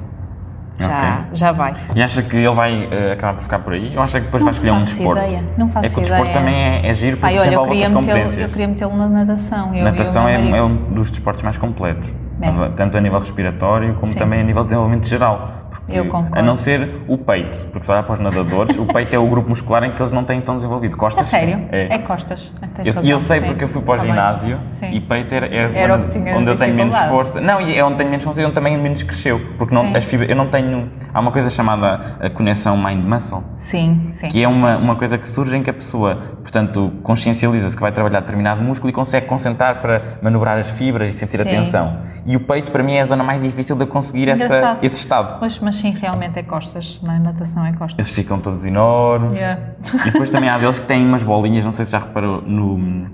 Já, já vai. E acha que ele vai eh, acabar por ficar por aí? Ou acha que depois Não vai escolher um faço desporto? ideia, não faço é que o desporto ideia. também é, é giro porque Pai, olha, eu desenvolve queria outras metê-lo eu competências. queria metê-lo na natação. Eu e o meu Natação é, marido. é um dos desportos mais completos, É. Ava- tanto a nível respiratório como Sim. também a nível de desenvolvimento geral. Porque, Eu concordo. A não ser o peito, porque se olhar para os nadadores, o peito é o grupo muscular em que eles não têm tão desenvolvido. A Costas, sim. sério? É. É, costas. Tens Eu- E eu, razão, sei sim. porque eu fui para o Tá bem. ginásio Sim. e peito era, era a Era zona o que tinhas onde eu tenho menos dificuldade. força. Não, e é onde tenho menos força e onde também menos cresceu. Porque não, Sim. as fibras, eu não tenho. Há uma coisa chamada a conexão mind-muscle. Sim, sim. Que é uma, uma coisa que surge em que a pessoa, portanto, consciencializa-se que vai trabalhar determinado músculo e consegue concentrar para manobrar as fibras e sentir a Sim. tensão. E o peito, para mim, é a zona mais difícil de conseguir essa, Engraçado. esse estado. Pois, mas sim, realmente é costas. Na natação é costas. Eles ficam todos enormes. Yeah. E depois também há deles que têm umas bolinhas, não sei se já reparou, no,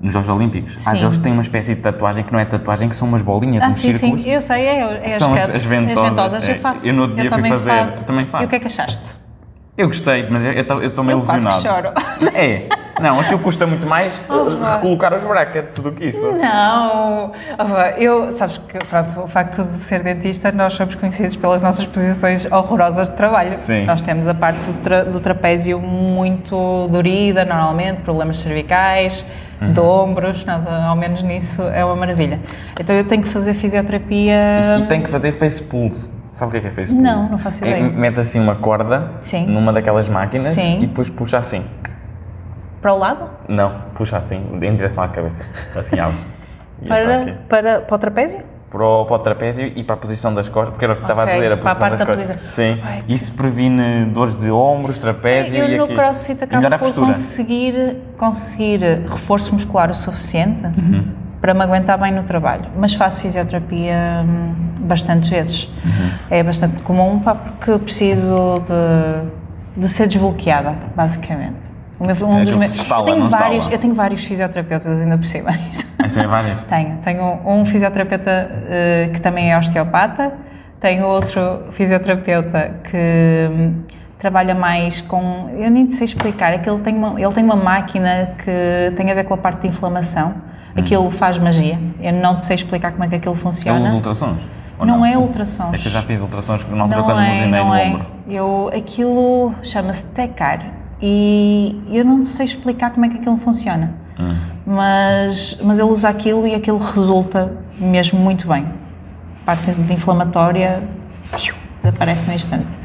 nos Jogos Olímpicos. Há Sim. deles que têm uma espécie de tatuagem que não é tatuagem, que são umas bolinhas, Ah, uns sim, círculos. sim. Eu sei, é, é as São as- cups, as ventosas, é. Eu faço. Eu no outro dia fui também fazer, Faço. também faço. E o que é que achaste? Eu gostei, mas eu- eu estou meio Eu quase que ilusionado. choro. Oh, É. Não, aquilo custa muito mais eh, vá. recolocar os brackets do que isso. Não! Ah, vá, Eu, sabes que, pronto, o facto de ser dentista, nós somos conhecidos pelas nossas posições horrorosas de trabalho. Sim. Nós temos a parte do, tra- do trapézio muito dorida, normalmente, problemas cervicais, de ombros, nós, ao menos nisso é uma maravilha. Então eu tenho que fazer fisioterapia. E tem que fazer face pulls. Sabe o que é que é face pulls? Não, não faço É, ideia. mete assim uma corda Sim. numa daquelas máquinas Sim. e depois puxa assim. Para o lado? Não, puxa assim, em direção à cabeça. Assim abre. E está aqui. Para, para, para o trapézio? Para o, para o trapézio e para a posição das costas, porque era o que estava a Ok, dizer, a para a posição parte das da costas. posição. Sim. Ai, que- Isso previne dores de ombros, trapézio Eu e no aqui. crossfit E melhora acabo a por postura. conseguir, conseguir reforço muscular o suficiente Uhum. para me aguentar bem no trabalho. Mas faço fisioterapia hum, bastantes vezes. Uhum. É bastante comum pá, porque eu preciso de, de ser desbloqueada, basicamente. O meu- um É dos aquilo que meus- estala, eu, tenho não vários, estala? eu tenho vários fisioterapeutas ainda por cima. Isto- Ah, Isso é várias. tenho. Tenho um fisioterapeuta eh, que também é osteopata, tenho outro fisioterapeuta que hum, trabalha mais com. Eu nem sei explicar, é que ele tem, uma, ele tem uma máquina que tem a ver com a parte de inflamação. Uhum. Aquilo faz magia. Eu não te sei explicar como é que aquilo É os funciona. ultrassons? ou Não é ultrassons. É que eu já fiz ultrassons na altura Não quando me é, lesionei não no é. ombro. Eu, aquilo chama-se tecar e eu não sei explicar como é que aquilo funciona. Hum. Mas, mas ele usa aquilo e aquilo resulta mesmo muito bem. Parte de inflamatória piu, aparece no instante.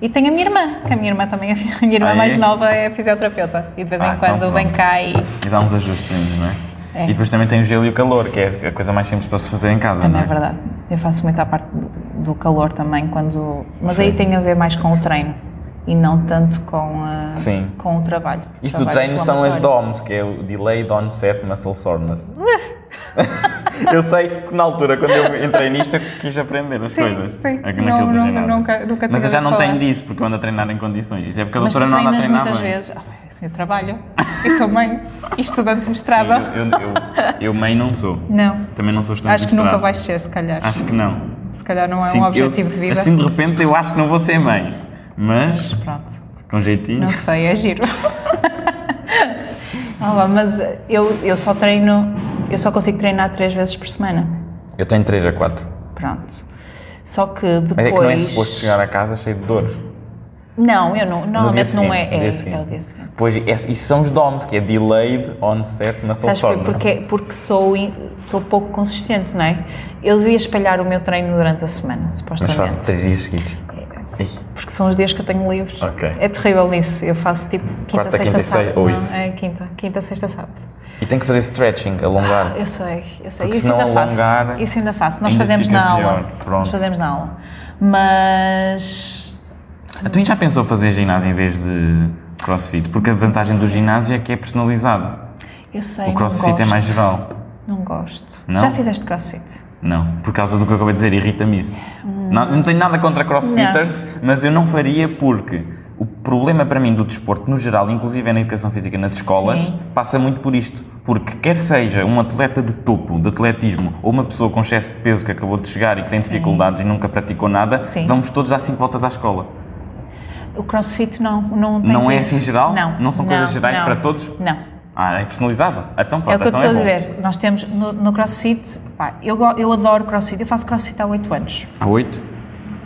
E tenho a minha irmã, que a minha irmã também é, a minha irmã Ah, é? mais nova é fisioterapeuta. E de vez Ah, em então quando vem pronto. cá e E dá uns ajustezinhos, não é? É. E depois também tem o gelo e o calor, que é a coisa mais simples para se fazer em casa, Também é não é? verdade. Eu faço muito à parte do- do calor também, quando. Mas aí Sim. tem a ver mais com o treino e não tanto com, a- Sim. com o trabalho. Isto do Trabalho treino são as inflamatório. DOMs, que é o Delayed Onset Muscle Soreness. eu sei, porque na altura, quando eu entrei nisto, eu quis aprender as Sim, coisas. sim. É que Não, naquilo do nunca- ginásio. nunca- nunca Mas tinha eu já ouvido não tenho falar. disso, porque eu ando a treinar em condições. Isso é porque a Mas tu doutora não anda a treinas treinar muitas bem. vezes. Ah, assim, eu trabalho, e sou mãe, e estudante de Sim, mestrado. eu, eu, eu- eu mãe não sou. Não, Também não sou estudante acho de que nunca mestrado. vais ser, se calhar. Acho que não. Se calhar não é Sinto- um eu- objetivo de vida. Assim de repente eu acho que não vou ser mãe. Mas, Pronto. com jeitinho. Não sei, é giro. Ah, lá, mas eu, eu só treino, eu só consigo treinar três vezes por semana. Eu tenho 3 a 4. Pronto. Só que depois. Mas é que não é suposto chegar a casa cheio de dores. Não, eu não. No dia Normalmente não é. seguinte, no É, dia é seguinte. o dia seguinte. Pois, esse- isso são os DOMs, que é Delayed Onset Muscle Sabes porquê? Soreness. Porque, é porque sou, in- sou pouco consistente, não é? Eu devia espalhar o meu treino durante a semana, Mas faço supostamente. 3 dias seguidos. Porque são os dias que eu tenho livres. Ok. É terrível nisso. Eu faço tipo quinta, Quarta, sexta, quinta e sábado. sexta, ou Não, isso. É quinta, quinta, sexta, sábado. E tenho que fazer stretching, alongar. Eu sei, eu sei. Porque Isso se não ainda alongar, faço. Isso ainda faço. Nós ainda fazemos fica na pior. aula. Pronto. Nós fazemos na aula. Mas. A tu Então, já pensou fazer ginásio em vez de crossfit? Porque a vantagem do ginásio é que é personalizado. Eu sei. O não crossfit é gosto. mais geral. Não gosto. Não? Já fizeste crossfit? Não, por causa do que eu acabei de dizer, irrita-me isso. Não, não tenho nada contra crossfitters, mas eu não faria porque o problema para mim do desporto, no geral, inclusive na educação física nas escolas, Sim. passa muito por isto. Porque quer seja um atleta de topo, de atletismo, ou uma pessoa com excesso de peso que acabou de chegar e que tem dificuldades e nunca praticou nada, Sim. vamos todos dar cinco voltas à escola. O crossfit não, não tem. Não é assim geral? Não. Não são coisas gerais para todos? Não. Ah, é personalizado? Então pronto, É o que eu então estou a bom. dizer. Nós temos no, no crossfit. Pá, eu, go- eu adoro crossfit. Eu faço crossfit há 8 anos. Há oito?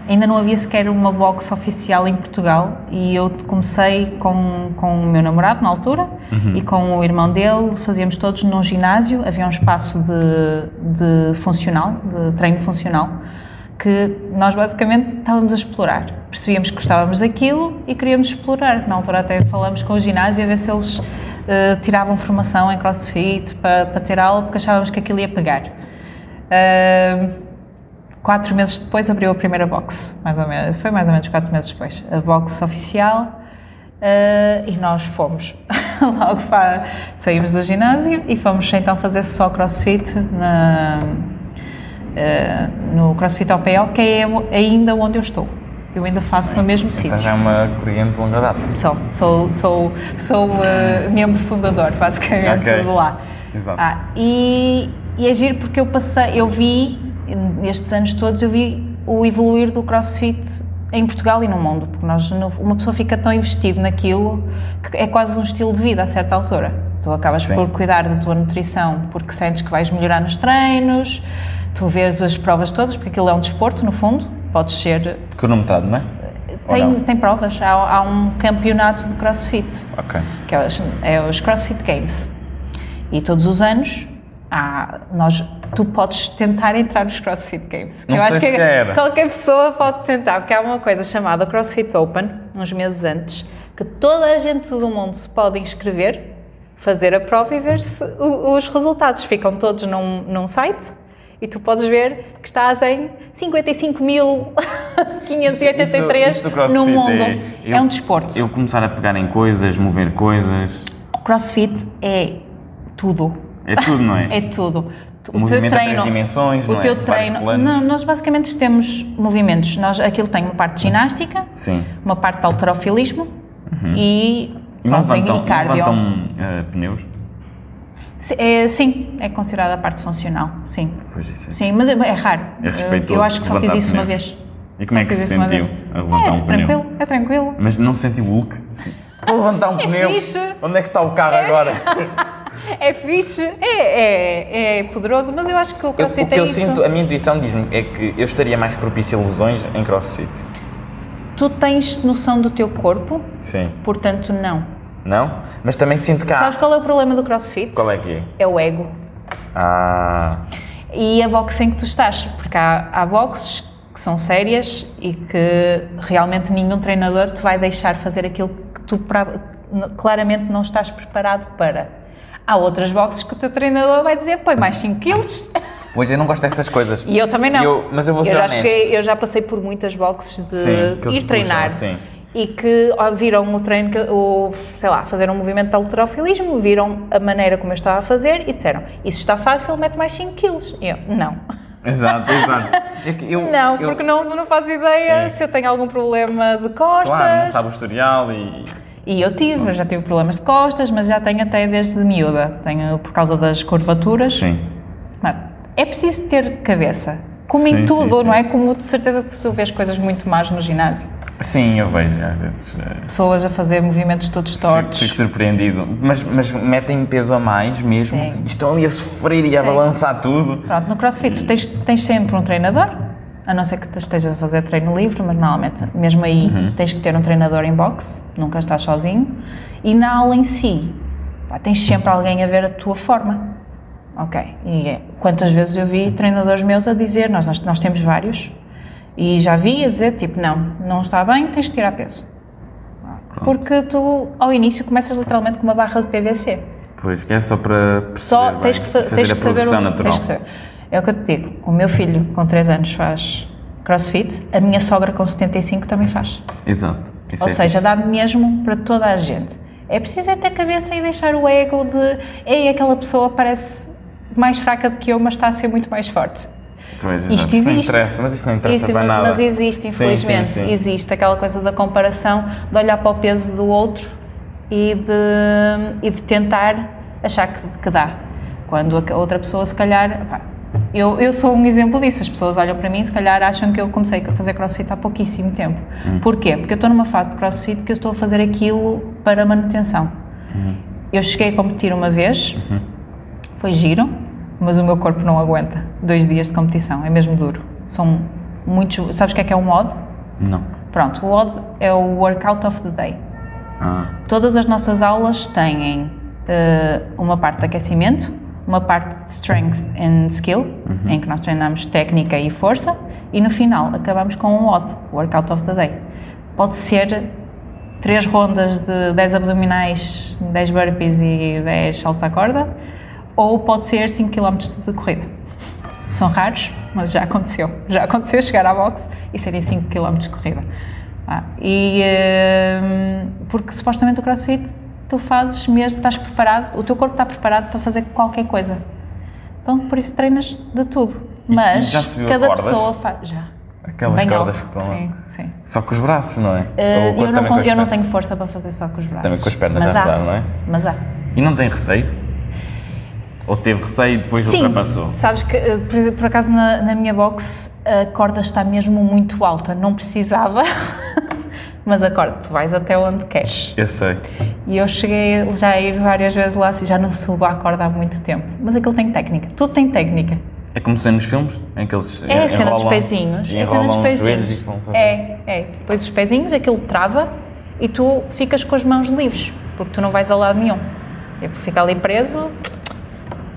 Ainda não havia sequer uma box oficial em Portugal e eu comecei com, com o meu namorado na altura e com o irmão dele, fazíamos todos num ginásio, havia um espaço de, de funcional, de treino funcional, que nós basicamente estávamos a explorar. Percebíamos que gostávamos daquilo e queríamos explorar. Na altura até falámos com o ginásio a ver se eles eh, tiravam formação em crossfit para, para ter aula, porque achávamos que aquilo ia pegar. Ahm, Quatro meses depois abriu a primeira box, mais ou menos, foi mais ou menos quatro meses depois, a box oficial eh, e nós fomos. Logo fa- saímos do ginásio e fomos então fazer só crossfit na, eh, no crossfit ao PO, que é o- ainda onde eu estou. Eu ainda faço no mesmo Então sítio. já é uma cliente de longa data. Sou, sou, sou, sou eh, membro fundador, basicamente, Ok. de lá. Exato. Ah, e, e é giro porque eu passei, eu vi, nestes anos todos, eu vi o evoluir do crossfit em Portugal e no mundo, porque nós, no- uma pessoa fica tão investido naquilo que é quase um estilo de vida a certa altura. Tu acabas Sim. por cuidar da tua nutrição porque sentes que vais melhorar nos treinos, tu vês as provas todas, porque aquilo é um desporto, no fundo, podes ser. Cronometrado, não é? Ou Tem, não? tem provas, há, há um campeonato de crossfit Ok. que é os, é os CrossFit Games. E todos os anos há, nós, tu podes tentar entrar nos CrossFit Games. Que Não eu sei acho que se quer. qualquer pessoa pode tentar, porque há uma coisa chamada CrossFit Open, uns meses antes, que toda a gente do mundo se pode inscrever, fazer a prova e ver se o- os resultados ficam todos num, num site. E tu podes ver que estás em 55.583 Isso- isso do CrossFit no mundo. É, eu- um desporto. Eu começar a pegar em coisas, mover coisas, CrossFit é tudo. é tudo, não é? É tudo. Tu- O teu Movimento a três treino. dimensões, O não é? teu Vários treino. planos. Não, nós basicamente temos movimentos. Nós, aquilo tem uma parte de ginástica, Sim. uma parte de alterofilismo e. Uhum. E não pronto, tem- levantam, e não cardio. levantam eh, pneus? Si- é, sim, é considerada a parte funcional. Sim. Pois isso é. Sim, mas é, é raro. É respeitoso Eu, eu acho que só fiz levantar isso uma pneus. vez. E como Só é que fiz se isso uma sentiu vez. a levantar é, um tranquilo, pneu? É tranquilo. Mas não se sentiu Hulk? Sim. Estou a levantar um pneu. fixe. Onde é que está o carro agora? É fixe, é, é, é poderoso, mas eu acho que o Eu- CrossFit o que é eu isso. sinto, a minha intuição diz-me é que eu estaria mais propício a lesões em crossfit. Tu tens noção do teu corpo, Sim. portanto, não. Não? Mas também sinto que há... Sabes qual é o problema do crossfit? Qual é que é? É o ego. Ah... E a box em que tu estás, porque há, há boxes que são sérias e que realmente nenhum treinador te vai deixar fazer aquilo que tu pra- n- claramente não estás preparado para. Há outras boxes que o teu treinador vai dizer, põe mais 5 quilos. Pois eu não gosto dessas coisas. E eu também não. Eu- mas eu vou ser já honesto. cheguei- eu já passei por muitas boxes de Sim, que eles ir treinar. puxam, sim. e que ó, viram o treino, que, o, sei lá, fazer um movimento de alterofilismo, viram a maneira como eu estava a fazer e disseram: Isso está fácil, mete mais 5 quilos. E eu: Não. Exato, exato. É que eu- não, eu- porque não, não faço ideia É. se eu tenho algum problema de costas. Claro, não sabe o historial e. E eu tive, eu já tive problemas de costas, mas já tenho até desde miúda. Tenho por causa das curvaturas. Sim. Mano, é preciso ter cabeça. Como Sim, em tudo, sim, não sim. é? Como de certeza que tu vês coisas muito más no ginásio. Sim, eu vejo às vezes. eh, Pessoas a fazer movimentos todos Fico, tortos. fico surpreendido. Mas, mas metem peso a mais mesmo. Sim. Estão ali a sofrer e a Sim. balançar tudo. Pronto, no crossfit tu tens, tens sempre um treinador, a não ser que tu estejas a fazer treino livre, mas normalmente, mesmo aí, tens que ter um treinador em boxe, nunca estás sozinho. E na aula em si, pá, tens sempre alguém a ver a tua forma. Ok, e é- quantas vezes eu vi treinadores meus a dizer, nós, nós, nós temos vários, e já vi a dizer, tipo, não, não está bem, tens de tirar peso. Porque tu, ao início, começas literalmente com uma barra de PVC. Pois, que é só para perceber, Só bem, tens que, fa- fazer tens a que saber. progressão o- natural. tens que saber. É o que eu te digo. O meu filho, com 3 anos, faz crossfit. A minha sogra, com 75, também faz. Exato. Isso Ou é- seja, dá mesmo para toda a gente. É preciso é ter cabeça e deixar o ego de. Ei, aquela pessoa parece mais fraca do que eu, mas está a ser muito mais forte. Pois, exato. Isto Isso não existe. interessa, mas isso não interessa Existe, para nada. Mas existe, Sim, sim, infelizmente. sim. Existe aquela coisa da comparação, de olhar para o peso do outro e de, e de tentar achar que, que dá. Quando a outra pessoa, se calhar. pá, eu, eu sou um exemplo disso. As pessoas olham para mim e, se calhar, acham que eu comecei a fazer crossfit há pouquíssimo tempo. Hum. Porquê? Porque eu estou numa fase de crossfit que eu estou a fazer aquilo para manutenção. Hum. Eu cheguei a competir uma vez, foi giro, mas o meu corpo não aguenta. Dois dias de competição, é mesmo duro. São muitos. Sabes o que é que é um OD? Não. Pronto, o OD é o Workout of the Day. Ah, Todas as nossas aulas têm eh, uma parte de aquecimento, uma parte de strength and skill, em que nós treinamos técnica e força, e no final acabamos com um WOD, Workout of the Day. Pode ser três rondas de 10 abdominais, 10 burpees e 10 saltos à corda, ou pode ser 5 km de corrida. São raros, mas já aconteceu. Já aconteceu chegar à boxe e serem 5 km de corrida. Ah, e, hum, porque supostamente o crossfit tu fazes mesmo, estás preparado, o teu corpo está preparado para fazer qualquer coisa. Então por isso treinas de tudo. E- e Mas já subiu a cada cordas? pessoa faz. Já. aquelas Bem cordas alto. que estão lá. Sim, sim. Só com os braços, não é? Eh, Ou com- eu, não, também com con- as eu não pernas? tenho força para fazer só com os braços. Também com as pernas mas já há, dá, não é? Mas há. E não tem receio? Ou teve receio e depois ultrapassou? sabes que eh, por, exemplo, por acaso na, na minha box a corda está mesmo muito alta, não precisava, mas a corda, tu vais até onde queres. Eu sei. E eu cheguei já a ir várias vezes lá assim, já não subo à corda há muito tempo. Mas aquilo tem técnica, tudo tem técnica. É como se nos filmes, em que eles É a cena dos enrolam- pezinhos. e É a cena dos enrolam os joelhos pezinhos. e vão fazer. É, é. Depois os pezinhos, aquilo trava e tu ficas com as mãos livres, porque tu não vais a lado nenhum. É porque fica ali preso.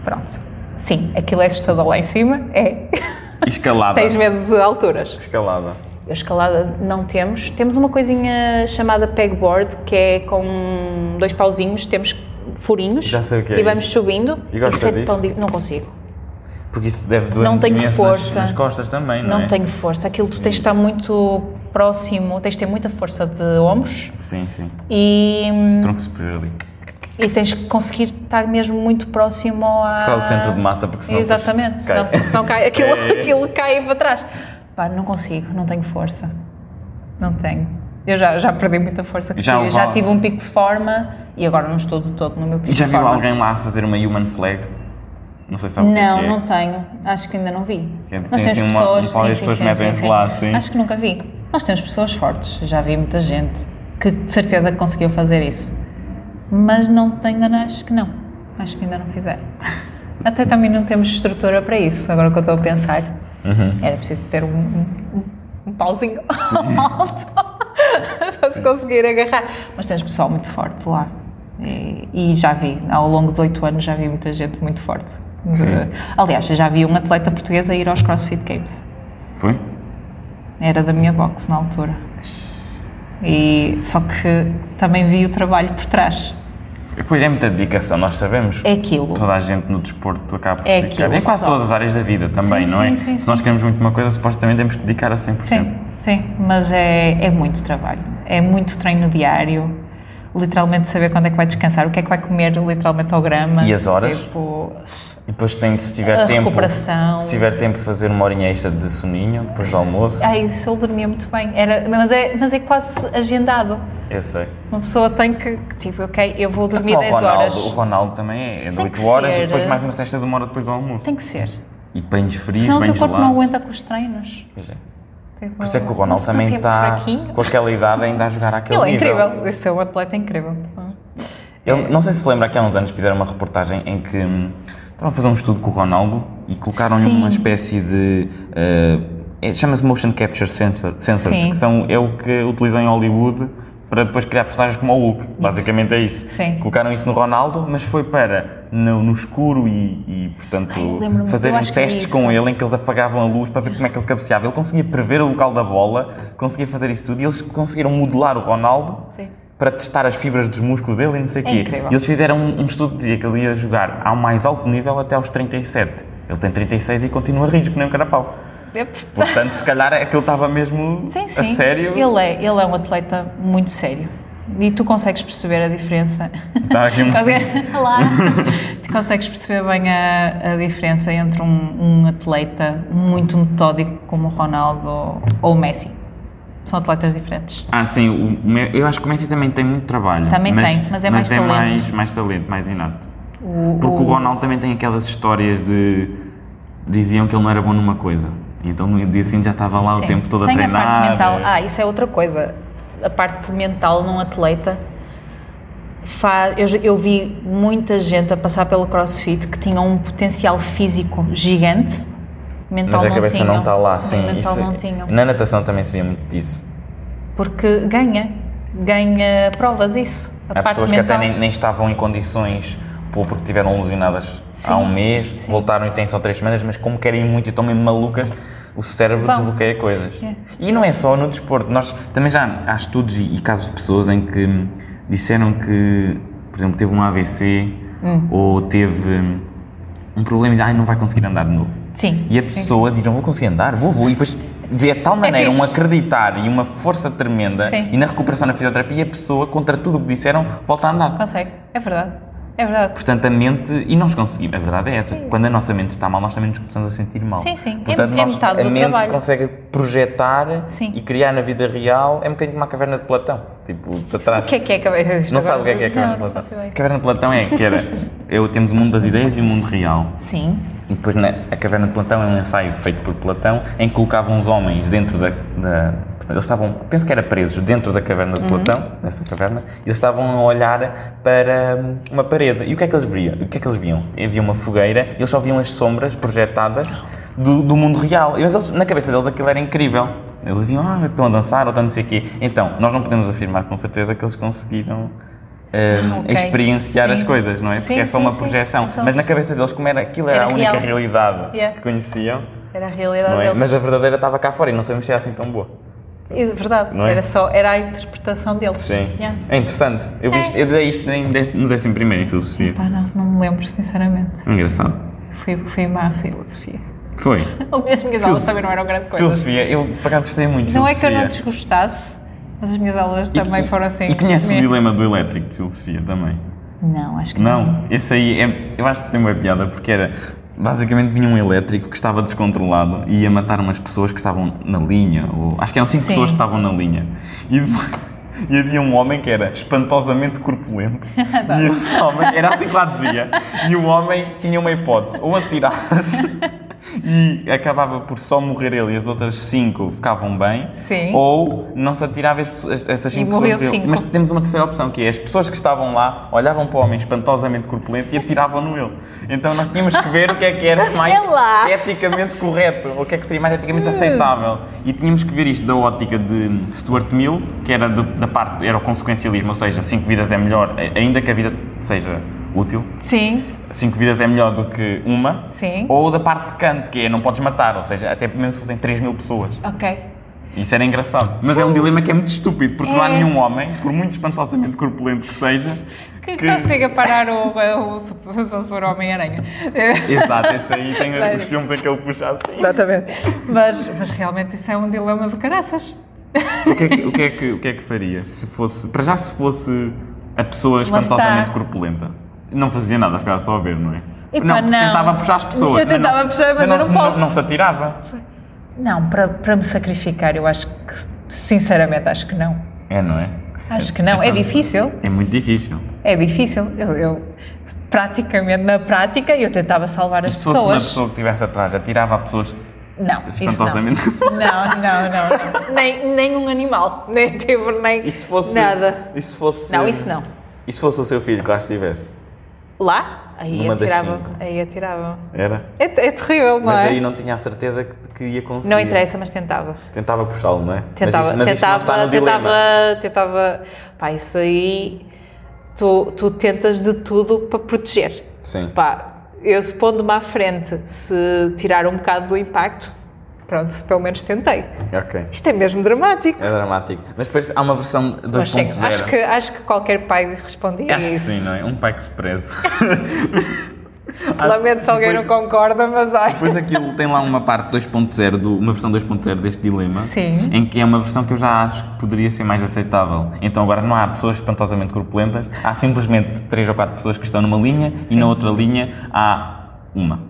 Pronto. Sim, aquilo é assustador lá em cima. É. Escalada. Tens medo de alturas. Escalada. Eu escalada não temos. Temos uma coisinha chamada pegboard, que é com dois pauzinhos, temos furinhos. Já sei o que é E vamos isso. subindo. E gosta Isso é disso? tão di- Não consigo. Porque isso deve doer Não tenho imenso força. Nas, nas costas também, não, Não, é? Hum. tenho força. Aquilo tu tens de estar muito próximo, tens de ter muita força de ombros Sim, sim. e, Tronco superior ali. e tens de conseguir estar mesmo muito próximo à... Por causa do centro de massa, porque senão. depois Exatamente, cai. É. senão, senão cai, aquilo, aquilo cai para trás. Pá, não consigo, não tenho força. Não tenho. Eu já, já perdi muita força. que Já tive. já levava- tive um pico de forma e agora não estou de todo no meu pico E já de viu forma. alguém lá a fazer uma human flag? Não sei se sabe o que é Não, que é. não tenho. Acho que ainda não vi. Tem- Nós tem temos assim uma- pessoas. um pódio e as sim, pessoas sim, metem-se sim, sim. lá, sim. Acho que nunca vi. Nós temos pessoas fortes. Já vi muita gente que de certeza que conseguiu fazer isso. Mas não tenho, ainda não- acho que não. Acho que ainda não fizeram. Até também não temos estrutura para isso, agora que eu estou a pensar. Era preciso ter um, um- um pauzinho alto para se conseguir agarrar. Mas tens pessoal muito forte lá. E, e já vi, ao longo de oito anos, já vi muita gente muito forte. De- Sim. aliás, eu já vi um atleta português a ir aos CrossFit Games. Foi? Era da minha box na altura. E, só que também vi o trabalho por trás. Foi. Pois é muita dedicação, nós sabemos. É aquilo. Toda a gente no desporto acaba por É se dedicar. aquilo É quase só. todas as áreas da vida também, Sim, não é? sim, sim, Se nós queremos muito uma coisa, supostamente temos que dedicar a 100%. Sim, Sim, mas é, é muito trabalho. É muito treino diário. Literalmente saber quando é que vai descansar, o que é que vai comer literalmente ao grama. E as horas? Tipo, E depois tem, se tiver A tempo. recuperação. Se tiver tempo, fazer uma horinha extra de soninho, depois do almoço. ai, isso ele dormia muito bem. Era, mas, é, mas é quase agendado. Eu sei. Uma pessoa tem que, tipo, ok, eu vou dormir o 10 Ronaldo, O horas. Ronaldo também é, é de Tem 8 que horas ser. e depois mais uma cesta de uma hora depois do almoço. Tem que ser. E banhos frios, Senão o teu banhos corpo não gelados. aguenta com os treinos. Pois é. Tipo, Por isso é que o nosso Ronaldo corpo é também muito está fraquinho. com aquela idade ainda a jogar àquele Ele é nível. incrível. Esse é um atleta incrível. Ele- não sei se se lembra que há uns anos fizeram uma reportagem em que hum, estavam a fazer um estudo com o Ronaldo e colocaram-lhe Sim. uma espécie de. eh, é- Chama-se Motion Capture sensor- Sensors, Sim. que são, é o que utilizam em Hollywood para depois criar personagens como o Hulk. Basicamente é isso. Sim. Colocaram isso no Ronaldo, mas foi para no, no escuro e, e, portanto, Ai, eu lembro-me, eu fazerem acho que vi testes isso. com ele em que eles apagavam a luz para ver como é que ele cabeceava. Ele conseguia prever o local da bola, conseguia fazer isso tudo e eles conseguiram modelar o Ronaldo Sim. para testar as fibras dos músculos dele e não sei o É quê. incrível. E eles fizeram um, um estudo que dizia que ele ia jogar ao mais alto nível até aos 37. Ele tem 36 e continua rijo que nem um carapau. Yep. Portanto, se calhar aquilo estava mesmo Sim, sim. a sério. Ele é, ele é um atleta muito sério. E tu consegues perceber a diferença. Está aqui um- Consegue- Olá! tu consegues perceber bem a, a diferença entre um, um atleta muito metódico como o Ronaldo ou, ou o Messi. São atletas diferentes. Ah, sim, o Me- eu acho que o Messi também tem muito trabalho. Também tem, mas é mais é talento. Mais, mais talento, mais inato. O- Porque o Ronaldo também tem aquelas histórias de. diziam que ele não era bom numa coisa. Então no dia seguinte já estava lá Sim. o tempo todo Tem a treinar. eh, parte mental. Ah, isso é outra coisa. A parte mental num atleta. Fa- Eu, já- eu vi muita gente a passar pelo crossfit que tinha um potencial físico gigante, mental Mas a não cabeça tinham. não está lá, sim. Mental isso- é- não tinham. Na natação também se via muito disso. Porque ganha. Ganha provas isso. A Há parte pessoas que mental. até nem, nem estavam em condições pô, porque tiveram lesionadas há um Sim, mês, sim. voltaram e têm só três semanas, mas como querem muito e estão mesmo malucas, o cérebro Vão. desbloqueia coisas. É. E não é só no desporto, nós também já há estudos e, e casos de pessoas em que hum, disseram que, por exemplo, teve um AVC ou teve hum, um problema e ah, não vai conseguir andar de novo. Sim. E a sim. É pessoa diz, não vou conseguir andar, vou, vou. E depois de tal maneira fixe. um acreditar e uma força tremenda Sim. e na recuperação na fisioterapia a pessoa, contra tudo o que disseram, volta a andar. Consegue. É verdade. É verdade. Portanto, a mente, e nós conseguimos, a verdade é essa, quando a nossa mente está mal, nós também nos começamos a sentir mal. Sim, sim. É- Portanto, é nós, metade a do mente trabalho. consegue projetar Sim. e criar na vida real, é um bocadinho como a caverna de Platão. Tipo, de O trás. que é que é caverna? Não sabe o que é que é a caverna Não, de não Platão? faço ideia. caverna de Platão é que era, eu, temos o mundo das ideias e o mundo real. Sim. E depois na, a Caverna de Platão é um ensaio feito por Platão em que colocavam os homens dentro da, da- eles estavam, penso que era presos dentro da caverna Uhum. de Platão, nessa caverna, e eles estavam a olhar para hum, uma parede. E o que é que eles viam? O que é que eles viam? Havia uma fogueira e eles só viam as sombras projetadas do, do mundo real. E eles- na cabeça deles aquilo era incrível. Eles viam, ah, estão a dançar ou estão a não sei o quê. Então, nós não podemos afirmar com certeza que eles conseguiram hum, Ah, ok. experienciar Sim. as coisas, não é? Porque Sim, é só sim, uma sim. projeção. É só- Mas na cabeça deles, como era aquilo era, Era a única real. realidade Yeah. que conheciam, Era a realidade não é? deles. mas a verdadeira estava cá fora e não sabemos se é assim tão boa. É verdade, Não é? era só era a interpretação deles. Sim. Yeah. É interessante. Eu, vi isto- eu dei isto em décimo, no décimo primeiro em filosofia. Pá, não, não me lembro, sinceramente. É Engraçado. Foi, foi má filosofia. Foi. Ou mesmo minhas Filoso- aulas também não eram grande coisa. Filosofia, eu por acaso gostei muito de Não é que filosofia. eu não desgostasse, mas as minhas aulas também e, foram assim. E conheces meh. o dilema do elétrico de filosofia também? Não, acho que Não, esse aí é- eu acho que tem uma piada porque era basicamente vinha um elétrico que estava descontrolado e ia matar umas pessoas que estavam na linha, ou acho que eram cinco Sim. pessoas que estavam na linha. E, depois- e havia um homem que era espantosamente corpulento e esse homem era assim que lá dizia. E o homem tinha uma hipótese, ou atirava-se. E acabava por só morrer ele e as outras cinco ficavam bem, Sim. ou não se atirava as pessoas- essas E cinco morreu pessoas. dele. cinco. Mas temos uma terceira opção, que é as pessoas que estavam lá olhavam para o homem espantosamente corpulento e atiravam no ele. Então nós tínhamos que ver o que é que era mais É lá. Hum. eticamente correto, o que é que seria mais eticamente aceitável. E tínhamos que ver isto da ótica de Stuart Mill, que era do- da parte, era o consequencialismo, ou seja, cinco vidas é melhor, a- ainda que a vida seja útil, Sim, cinco vidas é melhor do que uma. Sim. Ou da parte de Kant, que é não podes matar, ou seja, até pelo menos se fossem 3 mil pessoas. ok. Isso era engraçado. Mas é um dilema que é muito estúpido, porque não há É. nenhum homem, por muito espantosamente corpulento que seja, Que, consiga parar o, o, o só se for o Homem-Aranha. Exato, esse aí tem os filmes em que ele puxa assim. Exatamente. Mas, mas realmente isso é um dilema de caraças. O que, é que, o, que é que, o que é que faria se fosse. Para já, se fosse a pessoa está. espantosamente corpulenta, não fazia nada, ficava só a ver, não é? Epá, não, porque não. tentava puxar as pessoas. Eu tentava puxar, mas eu não posso. Não, se atirava. Não, para, para me sacrificar, eu acho que, sinceramente, acho que não. É, não é? Acho que não. É difícil. É muito difícil. É difícil. Eu, eu- praticamente, na prática, eu tentava salvar as Se fosse uma pessoas. pessoa que estivesse atrás, atirava a pessoas. Não, isso não. Espantosamente. Não, não, não. não. nem, nem um animal. Nem tipo, nem E se fosse. nada. E se fosse. Não, isso não. E se fosse o seu filho que lá estivesse? Lá, aí Numa das atirava. cinco. Aí atirava. Era? É, é terrível, não Mas é? aí não tinha a certeza que, que ia conseguir. Não interessa, mas tentava. Tentava puxá-lo, não é? Tentava, mas isto, mas isto tentava, não está no dilema. tentava, tentava. Pá, isso aí. Tu, tu tentas de tudo para proteger. Sim. Pá, eu se pondo-me à frente, se tirar um bocado do impacto, pronto, pelo menos tentei. Ok. Isto é mesmo dramático. É dramático. Mas depois há uma versão 2.0. Mas chega, acho, que, acho que qualquer pai respondia Acho que isso. sim, não é? Um pai que se preze. Lamento se alguém Ah, Depois- não concorda, mas ai. Depois aquilo tem lá uma parte 2.0, do- uma versão 2.0 deste dilema. Sim. Em que é uma versão que eu já acho que poderia ser mais aceitável. Então agora não há pessoas espantosamente corpulentas, há simplesmente 3 ou 4 pessoas que estão numa linha e na outra linha há uma.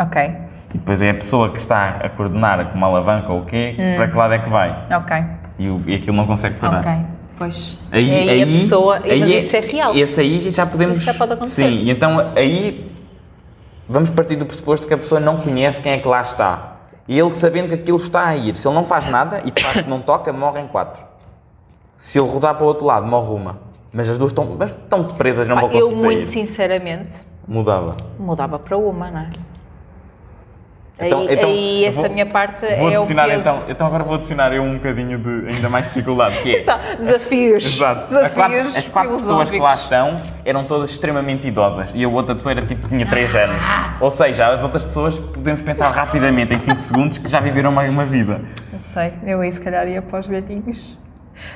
Ok, E depois é a pessoa que está a coordenar com uma alavanca ou o quê, Hum. para que lado é que vai. ok, E, o- e aquilo não consegue parar. Pois. Tá Aí, E aí a aí- pessoa. aí mas isso é real. Esse aí já podemos. Isso já pode acontecer. Sim, e então aí vamos partir do pressuposto que a pessoa não conhece quem é que lá está. E ele sabendo que aquilo está a ir. Se ele não faz nada e de facto não toca, morrem quatro. Se ele rodar para o outro lado, morre uma. Mas as duas estão, mas estão presas, não Pá, vão eu, conseguir sair. muito sinceramente, Mudava. mudava para uma, não é? Então- aí, então, aí eu essa vou- minha parte Vou é o peso. adicionar então. Então agora vou adicionar eu um bocadinho de ainda mais dificuldade, que é. Tá, desafios. Exato. A Desafios quatro- as quatro pessoas que lá filosóficos. estão eram todas extremamente idosas e a outra pessoa era tipo tinha 3 anos. Ou seja, as outras pessoas podemos pensar rapidamente em 5 segundos que já viveram uma, uma vida. Não sei, eu aí se calhar ia para os velhinhos.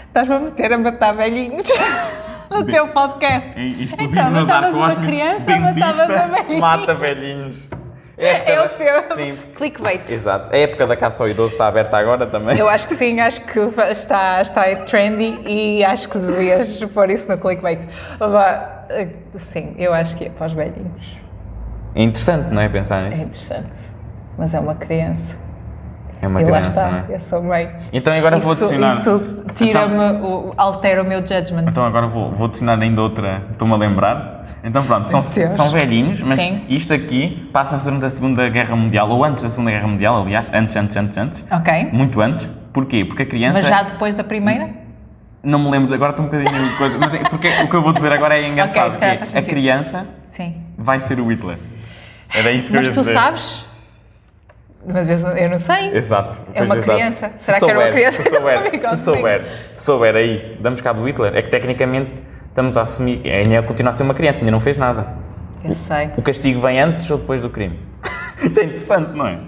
Estás-me a meter a matar velhinhos no teu podcast. E, Então, matavas uma criança ou matavas a velhinho? mata velhinhos. É, a época É o da- teu Sim, clickbait. exato. A época da caça ao idoso está aberta agora também. Eu acho que sim, acho que está, está trendy e acho que devias pôr isso no clickbait. Vá, eh, Sim, eu acho que ia para os velhinhos. É interessante, não é? Pensar É nisso. interessante. Mas é uma criança. É uma e lá criança, está, não é? eu sou mãe. Então agora vou isso adicionar. isso Então- tira-me, o- altera o meu judgment. Então agora vou, vou adicionar ainda outra, estou-me a lembrar. Então pronto, são, Deus. são velhinhos, mas Sim. isto aqui passa-se durante a Segunda Guerra Mundial, ou antes da Segunda Guerra Mundial, aliás, antes, antes, antes, antes. ok. Muito antes. Porquê? Porque a criança. Mas já depois da primeira? Não me lembro, de- agora estou um bocadinho. de coisa, mas é- porque o que eu vou dizer agora é engraçado. se calhar que é, faz a sentido. criança Sim. vai ser o Hitler. Era isso que Mas eu ia tu dizer. sabes? Mas eu, eu não sei. Exato. É uma Pois, criança. Se Será que era uma souber, criança? Se Não souber, fica se souber, se souber aí, damos cabo do Hitler. É que tecnicamente estamos a assumir. que Ainda continua a ser uma criança, ainda não fez nada. Eu sei. O castigo vem antes ou depois do crime? Isto é interessante, não é?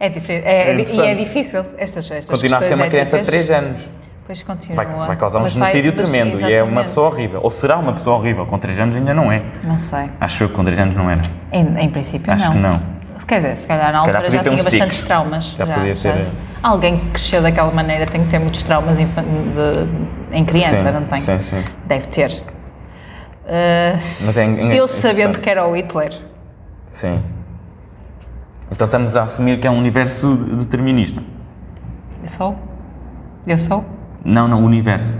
É diferente. É, É e é interessante. difícil estas estas Continua a ser questões uma criança de éticas. 3 anos. Pois continua. Vai, vai causar um Mas vai- genocídio mas- tremendo e é uma exatamente. pessoa horrível. Ou será uma pessoa horrível? Com 3 anos ainda não é. Não sei. Acho eu que com 3 anos não é? era. Em, em princípio, Acho não. que não. Se- Quer dizer, se calhar na calhar altura podia já ter tinha uns bastantes tiques. traumas. Já podia ter- é. Alguém que cresceu daquela maneira tem que ter muitos traumas infan- de- em criança, Sim, não tem? sim, sim. Deve ter. Ah, Mas é, é eu interessante. sabendo que é. era o Hitler. Sim. Então estamos a assumir que é um universo determinista. Eu sou? Eu sou? Não, não, universo.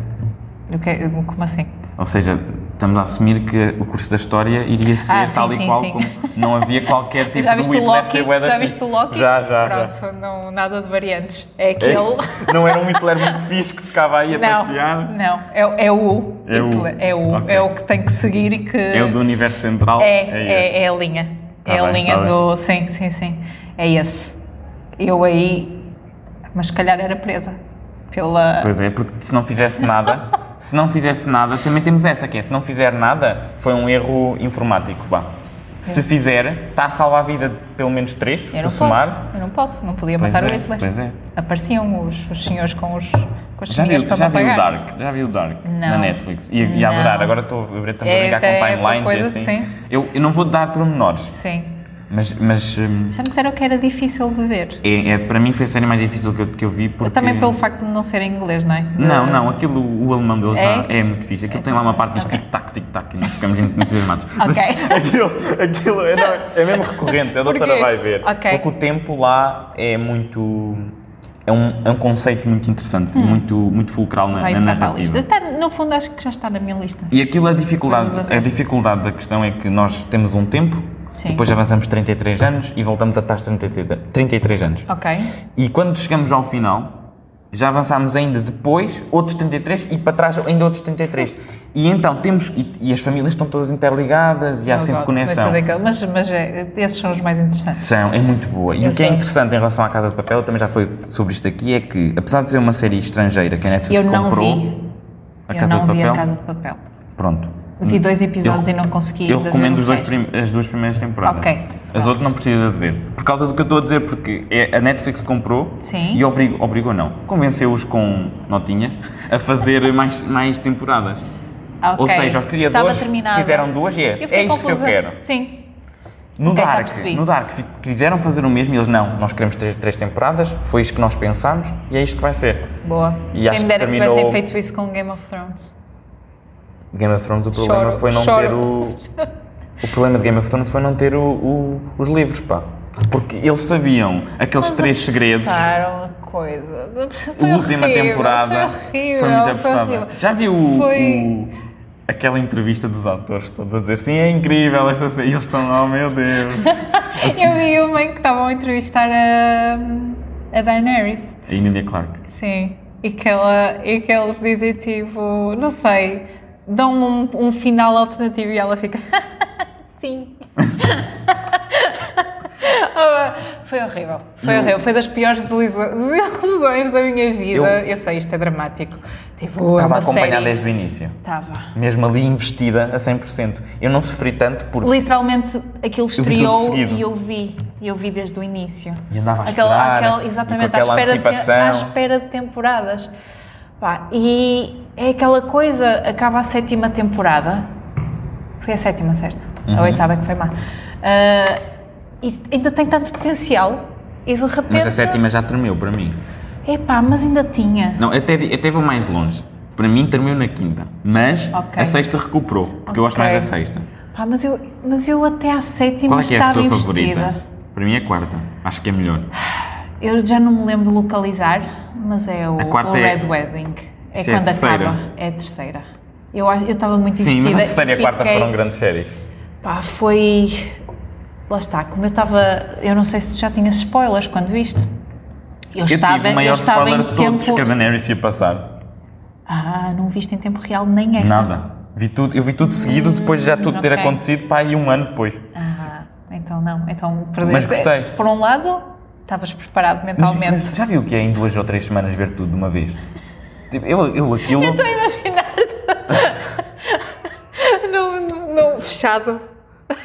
Eu que- como assim? Ou seja, estamos a assumir que o curso da história iria ser Ah, sim, tal e sim, qual sim. como não havia qualquer tipo já de viste o Hitler Loki? ser bué da Já fixe. viste o Loki? Já, já. já. Pronto, Não, nada de variantes. É aquele. Não era um Hitler muito fixe que ficava aí a Não, passear. não, é, é o É o- Hitler, é o, ok. é o que tem que seguir e que É o do universo central. é, é, é a linha, Tá é a bem, linha tá do, sim, sim, sim, é esse. Eu aí, mas se calhar era presa pela, Pois é, porque se não fizesse nada, se não fizesse nada, também temos essa que é, se não fizer nada, foi um erro informático, vá. Se fizer, está a salvar a vida de pelo menos três, Eu se não somar. posso, eu não posso, não podia Pois matar o é, Hitler. pois é. Apareciam os, os senhores com, os, com as Já senhas viu, para já me viu o apagar. Dark? Já viu o Dark? Não. Na Netflix. E, e a Não. adorar, agora estou a ver, estamos a É, brincar é, com é uma timelines e coisa assim. assim. Eu, eu não vou dar pormenores, Sim. mas, mas hum, Já me disseram que era difícil de ver. é, é- para mim foi a série mais difícil que eu, que eu vi porque... É Também pelo facto de não ser em inglês, não é? De- Não, não, aquilo, o alemão deles É? lá é? muito fixe. Aquilo tem lá uma parte que diz tic-tac, tic-tac e nós ficamos entusiasmados. Ok. Mas aquilo, aquilo é, não, é mesmo recorrente, a doutora Porquê? vai ver. Ok. Porque o tempo lá é muito... É um, é um conceito muito interessante, muito, muito fulcral na, Hum. Vai é na entrar para a narrativa. lista. Está- no fundo, acho que já está na minha lista. E aquilo, a dificuldade, Coisas a ver. a dificuldade da questão é que nós temos um tempo, Sim. depois avançamos 33 anos e voltamos atrás 33, 33 anos. Ok. E quando chegamos ao final, já avançámos ainda depois outros 33 e para trás ainda outros 33. E então temos, e, e as famílias estão todas interligadas e há Eu sempre gosto, conexão. mas é daquele- Mas, mas é, esses são os mais interessantes. São, é muito boa. E Eu o que é sei. interessante em relação à Casa de Papel, eu também já falei sobre isto aqui, é que apesar de ser uma série estrangeira que a Netflix Eu não comprou, vi. a eu Casa não de vi Papel, a Casa de Papel. pronto. Vi dois episódios e não consegui. Eu ainda recomendo ver o os dois resto. prim- as duas primeiras temporadas. Ok, As pronto. outras não precisa de ver. Por causa do que eu estou a dizer, porque é- a Netflix comprou Sim. e obrigou, obrigou não, convenceu-os com notinhas a fazer mais, mais temporadas. Ah, Ou ok. seja, os Estava criadores terminada. fizeram duas e é, Eu fiquei é isto confusa. que eu quero. Sim. No, Ok, já Dark, percebi. no Dark fi- quiseram fazer o mesmo e eles não, nós queremos três, três temporadas, foi isto que nós pensámos e é isto que vai ser. Boa. E Quem acho me que dera terminou- tivessem feito isso com Game of Thrones. Game of Thrones o problema Choro, foi não choro. ter o. O problema de Game of Thrones foi não ter o- o- os livros, pá. Porque eles sabiam aqueles três segredos. Passaram a coisa. A Foi última horrível, temporada Foi horrível. muito foi apressada. horrível. Já viu o- Foi- o- aquela entrevista dos atores todos a dizer sim, é incrível esta série. E eles estão, oh meu Deus. Eu vi uma em que estavam a entrevistar a, a Daenerys. A Emilia Clarke. Sim. E que, ela, e que eles dizem tipo, não sei, dão um, um final alternativo e ela fica. Sim. Ah, foi horrível, foi horrível, foi das piores desilusões- desilusões da minha vida. Eu, Eu- sei, isto é dramático. Tipo, é Estava uma a acompanhar série. desde o início. Estava. Mesmo ali investida a 100%. Eu não sofri tanto porque. Literalmente aquilo tudo de estreou seguido. e eu vi, eu vi desde o início. E andava a Aquela- esperar. aquela- e exatamente, com aquela à, espera de, antecipação. à espera de temporadas. Pá, e é aquela coisa, acaba a sétima temporada. Foi a sétima, certo? Uhum. A oitava é que foi má. Ah, e ainda tem tanto potencial. E de repente. Mas a sétima já tremeu para mim. Epá, mas ainda tinha. Não, até, di- até vou mais longe. Para mim, terminou na quinta. Mas Ok. a sexta recuperou, porque eu gosto Ok. mais da sexta. Pá, mas eu, mas eu até à sétima Qual é que é a estava sua investida. favorita? Para mim é a quarta. Acho que é melhor. Eu já não me lembro de localizar, mas é o, A quarta o é- Red Wedding. É Isso é a quando terceira. acaba. É a terceira. Eu acho- eu estava muito Sim, investida. mas a terceira e é a quarta fiquei- foram grandes séries. Pá, foi. Lá está, como eu estava. Eu não sei se tu já tinhas spoilers quando viste. Eu, estava, tive o maior eu estava spoiler em de tempo. todos que a Daenerys ia passar. Ah, não viste em tempo real nem essa. Nada. Vi tudo, eu vi tudo seguido, depois de já tudo ter ok. acontecido, pá, e um ano depois. Ah, então não. Então perdeste. gostei. Por um lado, estavas preparado Mas- mentalmente. mas já viu o que é em duas ou três semanas ver tudo de uma vez? Tipo, eu, eu aquilo... Eu estou a imaginar-te num, num fechado.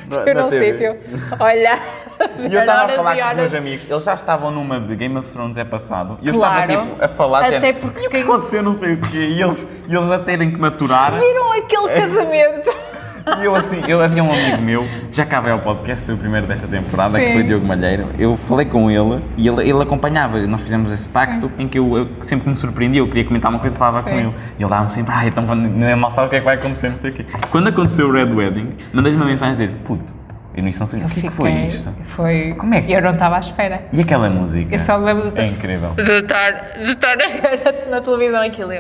Na- Eu na não TV. sei, teu. Olha. E eu estava a falar horas e com os meus horas. amigos, eles já estavam numa de Game of Thrones é passado, e eu Claro. estava tipo a falar Até género, porque "E o que tem- aconteceu, não sei o quê, e eles, e eles a terem que maturar. Viram aquele casamento? E eu assim, eu havia um amigo meu, já cá veio ao podcast, foi o primeiro desta temporada, que Sim. foi o Diogo Malheiro. Eu falei com ele e ele, ele acompanhava, nós fizemos esse pacto em que eu, eu sempre que me surpreendia, eu queria comentar uma coisa, falava com Sim. ele. E ele dava-me sempre, ah, então não mal sabes o que é que vai acontecer, não sei o quê. Quando aconteceu o Red Wedding, mandei-lhe uma mensagem a dizer, puto, eu não sei o que, é que foi Fiquei- isto. Foi. Como é que- Eu não estava à espera. E aquela música? Eu só me lembro de- É incrível. De estar, de estar a ver na televisão é aquilo.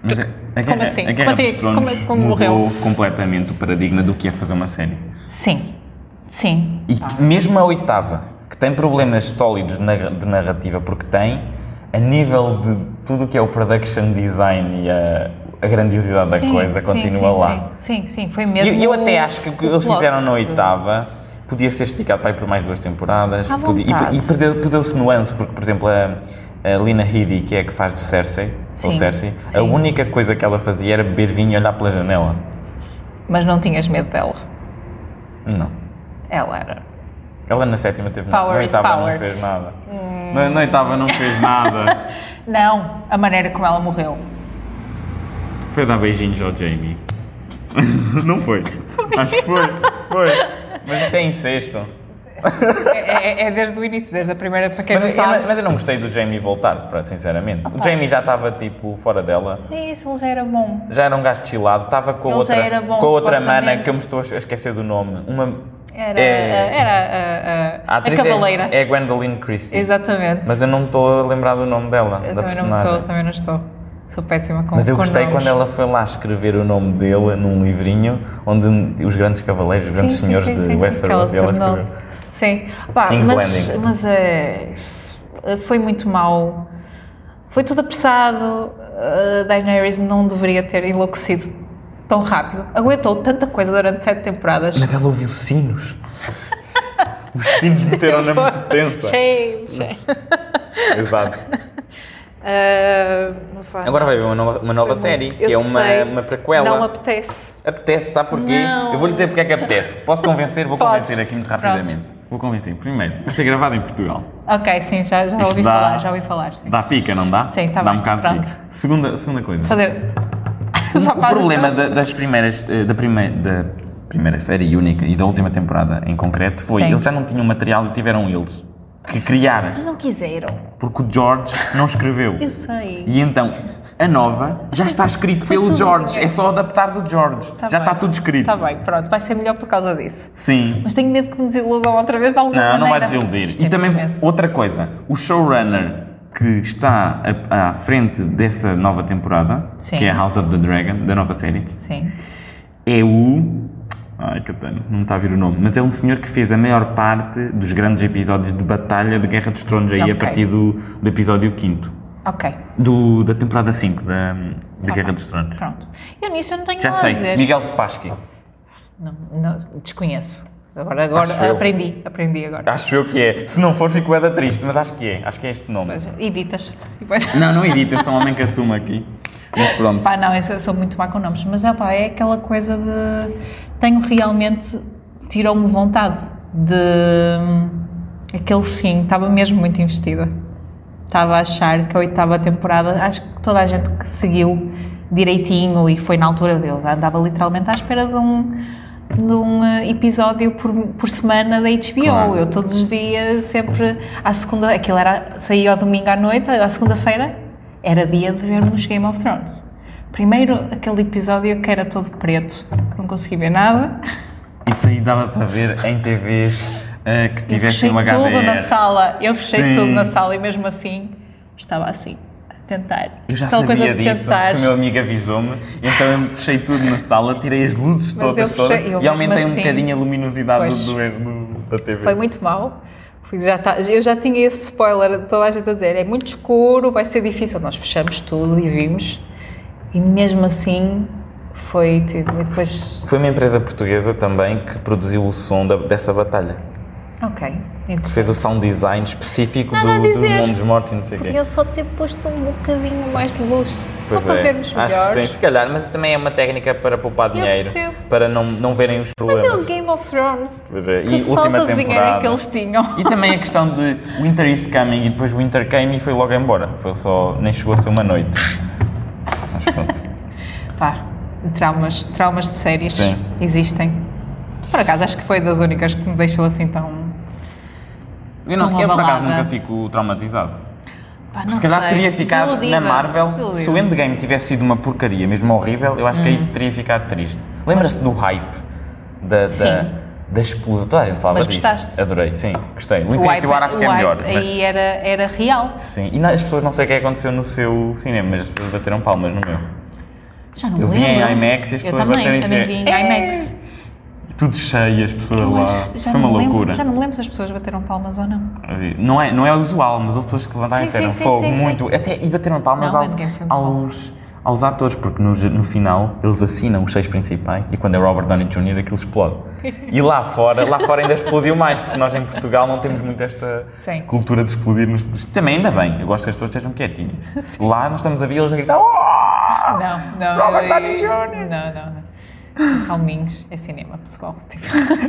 Mas a, a Guerra, assim? a Guerra Como assim? dos Tronos Como é- como mudou morreu? completamente o paradigma do que é fazer uma série. Sim. Sim. E que mesmo a oitava, que tem problemas sólidos na- de narrativa, porque tem, a nível de tudo o que é o production design e a, a grandiosidade da Sim, coisa, sim, continua sim, lá. Sim, sim, sim, foi E mesmo. eu, eu até acho que o que o eles plot, fizeram na tudo. oitava podia ser esticado para ir por mais duas temporadas À podia- vontade. e, e perdeu- perdeu-se nuance, porque, por exemplo, a, a Lina Headey, que é a que faz de Cersei, ou Sim, Cersei, a sim. única coisa que ela fazia era beber vinho e olhar pela janela. Mas não tinhas medo dela. Não. Ela era. Ela na sétima teve Power na is oitava não power. Hum. fez nada. Na, na oitava não fez nada. Não, a maneira como ela morreu. Foi dar beijinhos ao Jamie. não foi. Acho que foi. Foi. Mas isso é incesto. É, é- é desde o início, desde a primeira, para quem não Mas eu, sabe. mas eu não gostei do Jamie voltar, pra- sinceramente. O Jamie já estava tipo fora dela. É isso, ele já era bom. Já era um gajo chilado, estava com a Ele já outra, era bom, com a outra supostamente. mana que eu me estou a esquecer do nome. Uma Era, É. era a, a a, atriz a cavaleira. É, é Gwendoline Christie. Exatamente. Mas eu não me estou a lembrar do nome dela, eu também da não, personagem. estou, também não estou. Sou péssima com Mas eu com gostei nomes. quando ela foi lá escrever o nome dele num livrinho onde os grandes cavaleiros, os Sim, grandes sim, senhores sim, de sim, sim, Westeros, que e ela ela se tornou-se. escreveu. Sim. Pá, King's mas, Landing. mas é, foi muito mal. Foi tudo apressado. A Daenerys não deveria ter enlouquecido tão rápido. Aguentou tanta coisa durante sete temporadas. Mas ela ouviu sinos. os sinos meteram-na muito tensa. Shame, shame. Exato. Ah, pá. Agora vai haver uma nova, uma nova série, Eu que é uma, sei. uma prequela. Não apetece. Apetece, sabe porquê? Não. Eu vou-lhe dizer porque é que apetece. Posso convencer? Vou Podes. convencer aqui muito rapidamente. Vou convencer. Primeiro, vai ser gravado em Portugal. Ok, sim, já, já Isto ouvi dá- falar, já ouvi falar. Sim. Dá pica, não dá? Sim, tá Dá um bem, bocado pronto. de pica. Segunda, segunda coisa. Fazer. Só O faz- um problema da- das primeiras, eh, da, prime, da primeira série única e da última temporada em concreto foi Sim. eles já não tinham material e tiveram eles que criar, Mas não quiseram. porque o George não escreveu. Eu sei. E então a nova já está escrito Foi pelo tudo. George, é só adaptar do George, Tá já bem. está tudo escrito. Está bem, pronto, vai ser melhor por causa disso. Sim. Mas tenho medo que me desiludam outra vez de alguma Não, maneira. não vai desiludir. Mas E tenho também muito medo. outra coisa, o showrunner que está a- à frente dessa nova temporada, Sim. que é House of the Dragon, da nova série, Sim. é o. Ai, Catano, não me está a vir o nome. Mas é um senhor que fez a maior parte dos grandes episódios de batalha de Guerra dos Tronos aí Ok. a partir do, do episódio 5. Ok, Do, da temporada 5 da, da Guerra dos Tronos. pronto. Eu nisso eu não tenho Já nada sei, a dizer. Miguel Spassky. Não, não, desconheço. Agora, agora Acho eu. aprendi, aprendi agora. Acho eu que é. Se não for, fico bué da triste, mas acho que é. Acho que é este nome. Mas Editas. E Depois... Não, não edita, eu sou um homem que assumo aqui. Mas pronto. Pá, não, eu sou- sou muito má com nomes, mas é, pá, é aquela coisa de. Tenho realmente. Tirou-me vontade de. Aquele fim, estava mesmo muito investida. Estava a achar que a oitava temporada, acho que toda a gente que seguiu direitinho e foi na altura deles, andava literalmente à espera de um, de um eh, episódio por, por semana da HBO. Claro. Eu todos os dias, sempre à segunda, aquilo era, saía ao domingo à noite, à segunda-feira era dia de vermos Game of Thrones. Primeiro aquele episódio que era todo preto, não consegui ver nada. Isso aí dava para ver em TVs eh, que Eu tivessem um fechei HDR. tudo na sala, eu fechei Sim. tudo na sala e mesmo assim estava assim, a tentar. Eu já Aquela coisa sabia de disso, tentar. que o meu amigo avisou-me, então eu fechei tudo na sala, tirei as luzes Mas eu todas, fechei- eu todas e mesmo aumentei um assim- bocadinho a luminosidade Pois. do, do- da TV. Foi muito mal. Fui- Já tá- eu já tinha esse spoiler de toda a gente a dizer: é muito escuro, vai ser difícil. Nós fechamos tudo e vimos, e mesmo assim foi tipo. E depois. Foi uma empresa portuguesa também que produziu o som da- dessa batalha. Ok. Que interessante. fez o sound design específico Nada a do, do dizer. Mundo dos Mortos e não sei o quê. E eu só ter posto um bocadinho mais de luz, Pois só para é, vermos Acho melhor. que sim, se calhar, mas também é uma técnica para poupar dinheiro, percebo. para não, não verem os Mas é problemas. o Game of Thrones. Pois é, Que e última falta de dinheiro é temporada. que eles tinham. E também a questão de Winter is coming e depois Winter came e foi logo embora. Foi só, nem chegou a ser uma noite. Mas pronto. Pá, traumas, traumas de séries Sim. existem. Por acaso, acho que foi das únicas que me deixou assim tão. Eu, não, Tão eu por acaso abalada. nunca fico traumatizado. Pá, não Se calhar sei, teria ficado desiludida, na Marvel. Se desiludida. o Endgame tivesse sido uma porcaria, mesmo horrível, eu acho que Hum. aí teria ficado triste. Lembra-se do hype da, da, Sim. da explosão? Toda a gente falava Mas disso. gostaste? Adorei, sim, gostei. O O Infinity hype- War acho que é o melhor. hype mas- Aí era, era real. Sim, e não- as pessoas não sei o que é que aconteceu no seu cinema, mas as pessoas bateram palmas no meu. Já não Eu me vi em lembro. IMAX e as Eu pessoas também, baterem também vi assim, em IMAX. Tudo cheio, as pessoas Eu lá. acho- já Foi uma não me loucura. Lembro, já não me lembro se as pessoas bateram palmas ou não. Não é, não é usual, mas houve pessoas que levantaram e Sim, sim, bateram sim, fogo sim, sim. muito. Até, e bateram palmas Não, aos, Endgame foi muito aos, aos atores, porque no, no final eles assinam os seis principais e quando é Robert Downey Jr. aquilo explode. E lá fora, lá fora ainda explodiu mais, porque nós em Portugal não temos muito esta Sim. cultura de explodir nos. Também ainda bem, eu gosto que as pessoas estejam quietinhas. Lá nós estamos a ver eles a gritar. "Oh!" Não, não. Robert eu- Downey Jr.. Não, não, não. Calminhos, é cinema, pessoal. Tipo,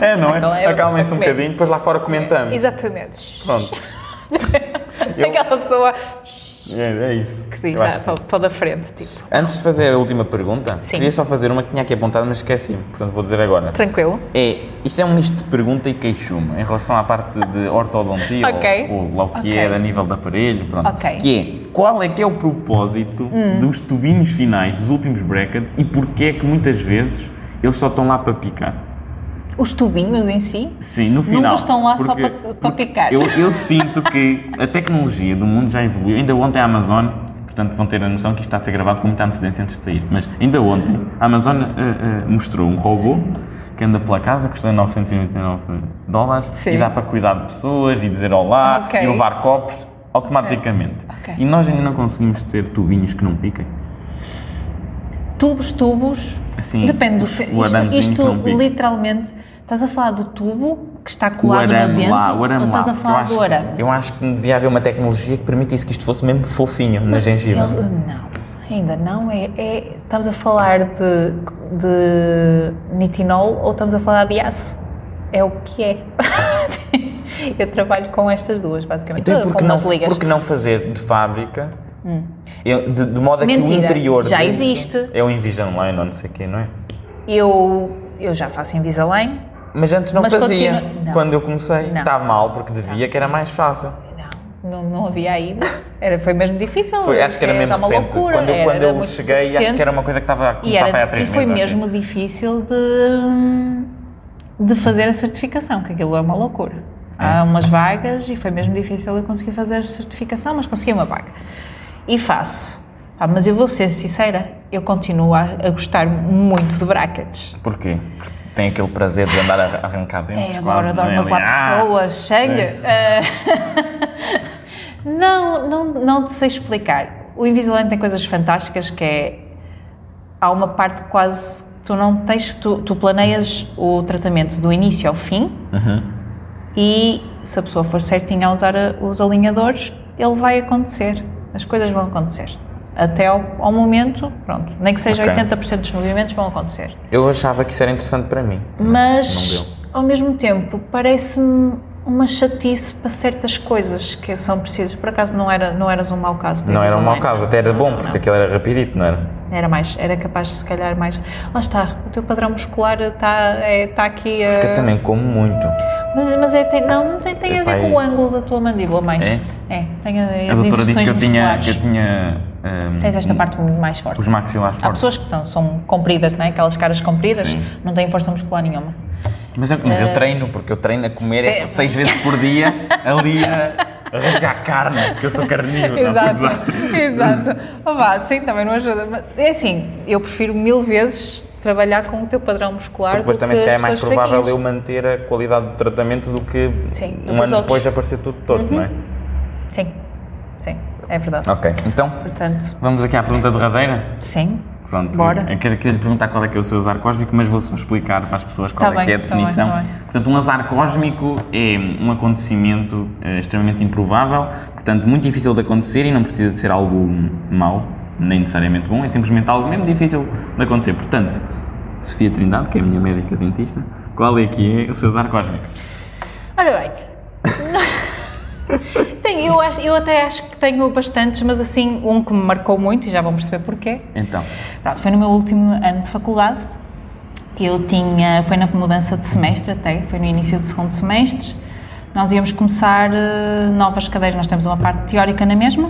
É, não Então é? é Acalmem-se um documento. bocadinho, depois lá fora comentamos. Exatamente. Pronto. Eu- Aquela pessoa É, é isso. que diz Eu acho já que para, para da frente, tipo, Antes de fazer a última pergunta, Sim. queria só fazer uma que tinha aqui apontada, mas esqueci-me, portanto vou dizer agora. tranquilo. É, isto é um misto de pergunta e queixume em relação à parte de ortodontia Ok. ou, ou lá o que Ok. é a nível do aparelho, pronto. Ok. Hum. Que é, qual é que é o propósito dos tubinhos finais, dos últimos brackets e porquê é que muitas vezes eles só estão lá para picar? Os tubinhos em si, Sim, no final. estão lá só para- para porque picar. Eu, eu sinto que a tecnologia do mundo já evoluiu. Ainda ontem a Amazon, portanto vão ter a noção que isto está a ser gravado com muita antecedência antes de sair, mas ainda ontem a Amazon eh, eh, mostrou um robô que anda pela casa, custa 999 dólares Sim. e dá para cuidar de pessoas e dizer olá Ok. e levar copos automaticamente. Ok. E nós ainda não conseguimos ter tubinhos que não piquem. tubos, tubos, Assim, depende do os- fe- o é Isto, aramezinho que isto não pica. literalmente, estás a falar do tubo que está colado o no arame dente lá, o arame ou lá. estás a porque falar do eu, acho, arame? que- é eu acho que devia haver uma tecnologia que permitisse que isto fosse mesmo fofinho na gengiva. Ele- não, ainda não. É, é- estamos a falar de, de nitinol ou estamos a falar de aço? É o que é. Eu trabalho com estas duas, basicamente. Então, e com por que não, umas ligas. Hum. por que não fazer de fábrica? Eu- de, de modo a que o Mentira, interior. já disso existe. É o Invisalign ou não sei o quê, não é? Eu, eu já faço Invisalign. Mas antes não Mas fazia. continua- não. Quando eu comecei, Não. estava mal, porque devia que era mais fácil. Não, não, não havia ainda. Era, foi mesmo difícil. Foi, acho que era mesmo é, tá uma recente. loucura. Quando, eu- era- quando era eu muito cheguei, acho que recente. era uma coisa que estava a E, começar para aí há era, e três foi meses. mesmo difícil de, de fazer a certificação, que aquilo é uma loucura. Há umas vagas e foi mesmo difícil eu conseguir fazer a certificação, mas consegui uma vaga. E faço. Ah, mas eu vou ser sincera, eu continuo a, a gostar muito de brackets. Porquê? Porque tem aquele prazer de andar a a arrancar dentes. É, agora quase, não é? dorme a Ali, quatro "Ah!" pessoas, chega. Ah, não, não, não te sei explicar. O Invisalign tem coisas fantásticas que é. Há uma parte quase que tu não tens. Tu, tu planeias o tratamento do início ao fim Uhum. e se a pessoa for certinha a usar a- os alinhadores, ele vai acontecer. As coisas vão acontecer. Até ao, ao momento, pronto. Nem que seja Ok. 80% dos movimentos vão acontecer Eu achava que isso era interessante para mim. Não deu. mas ao mesmo tempo parece-me uma chatice para certas coisas que são precisas. Por acaso não, era, não eras um mau caso. para Não era um mau Invisalign. caso, até era Não, bom, não, porque não. aquilo era rapidito, não era? Era mais, era capaz de se calhar mais. Lá está, o teu padrão muscular está é, está aqui Porque a. eu também como muito. Mas, mas é, tem, não, não tem, tem a Epá, ver com é- o ângulo da tua mandíbula mais. É? tem a ver A as doutora disse inserções que eu tinha, musculares. que eu tinha ehm, Tens esta parte mais forte. os maxilares Há fortes. pessoas que estão, são compridas, não é? aquelas caras compridas, Sim. não têm força muscular nenhuma. Mas, eu, mas eu treino, porque eu treino a comer Eh, Sim. é só seis vezes por dia ali a, a rasgar carne, que eu sou carnívoro. não, estou a Exato, gozar. exato. Oh, vá, sim, também não ajuda. Mas é assim, eu prefiro mil vezes trabalhar com o teu padrão muscular. Depois do também que se calhar é as mais pessoas provável eu fraquinhas. manter a qualidade do tratamento do que Sim, do que um os ano outros. Uhum. depois aparecer tudo torto, não é? Sim, sim, é verdade. Ok, então Portanto, vamos aqui à pergunta derradeira. sim. Pronto, Bora. eu quero, quero lhe perguntar qual é que é o seu azar cósmico, mas vou só explicar para as pessoas qual Tá é bem, que é a tá definição. bem, tá bem. Portanto, um azar cósmico é um acontecimento eh, extremamente improvável, portanto, muito difícil de acontecer e não precisa de ser algo mau, nem necessariamente bom, é simplesmente algo mesmo difícil de acontecer. Portanto, Sofia Trindade, que é a minha médica dentista, qual é que é o seu azar cósmico? Ora bem. Tenho- eu, acho- eu até acho que tenho bastantes, mas assim, um que me marcou muito, e já vão perceber porquê, Então, Pronto, foi no meu último ano de faculdade. Eu tinha, foi na mudança de semestre até, foi no início do segundo semestre. Nós íamos começar eh, novas cadeiras, nós temos uma parte teórica na mesma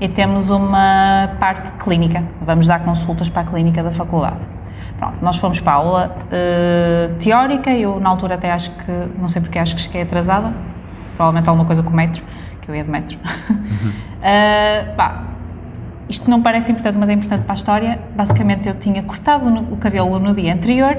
e temos uma parte clínica. Vamos dar consultas para a clínica da faculdade. Pronto, nós fomos para a aula eh, teórica, eu na altura até acho que, não sei porque acho que cheguei atrasada, provavelmente alguma coisa com o metro, que eu ia de metro. Eh, pá, isto não parece importante, mas é importante para a história. Basicamente, eu tinha cortado no- o cabelo no dia anterior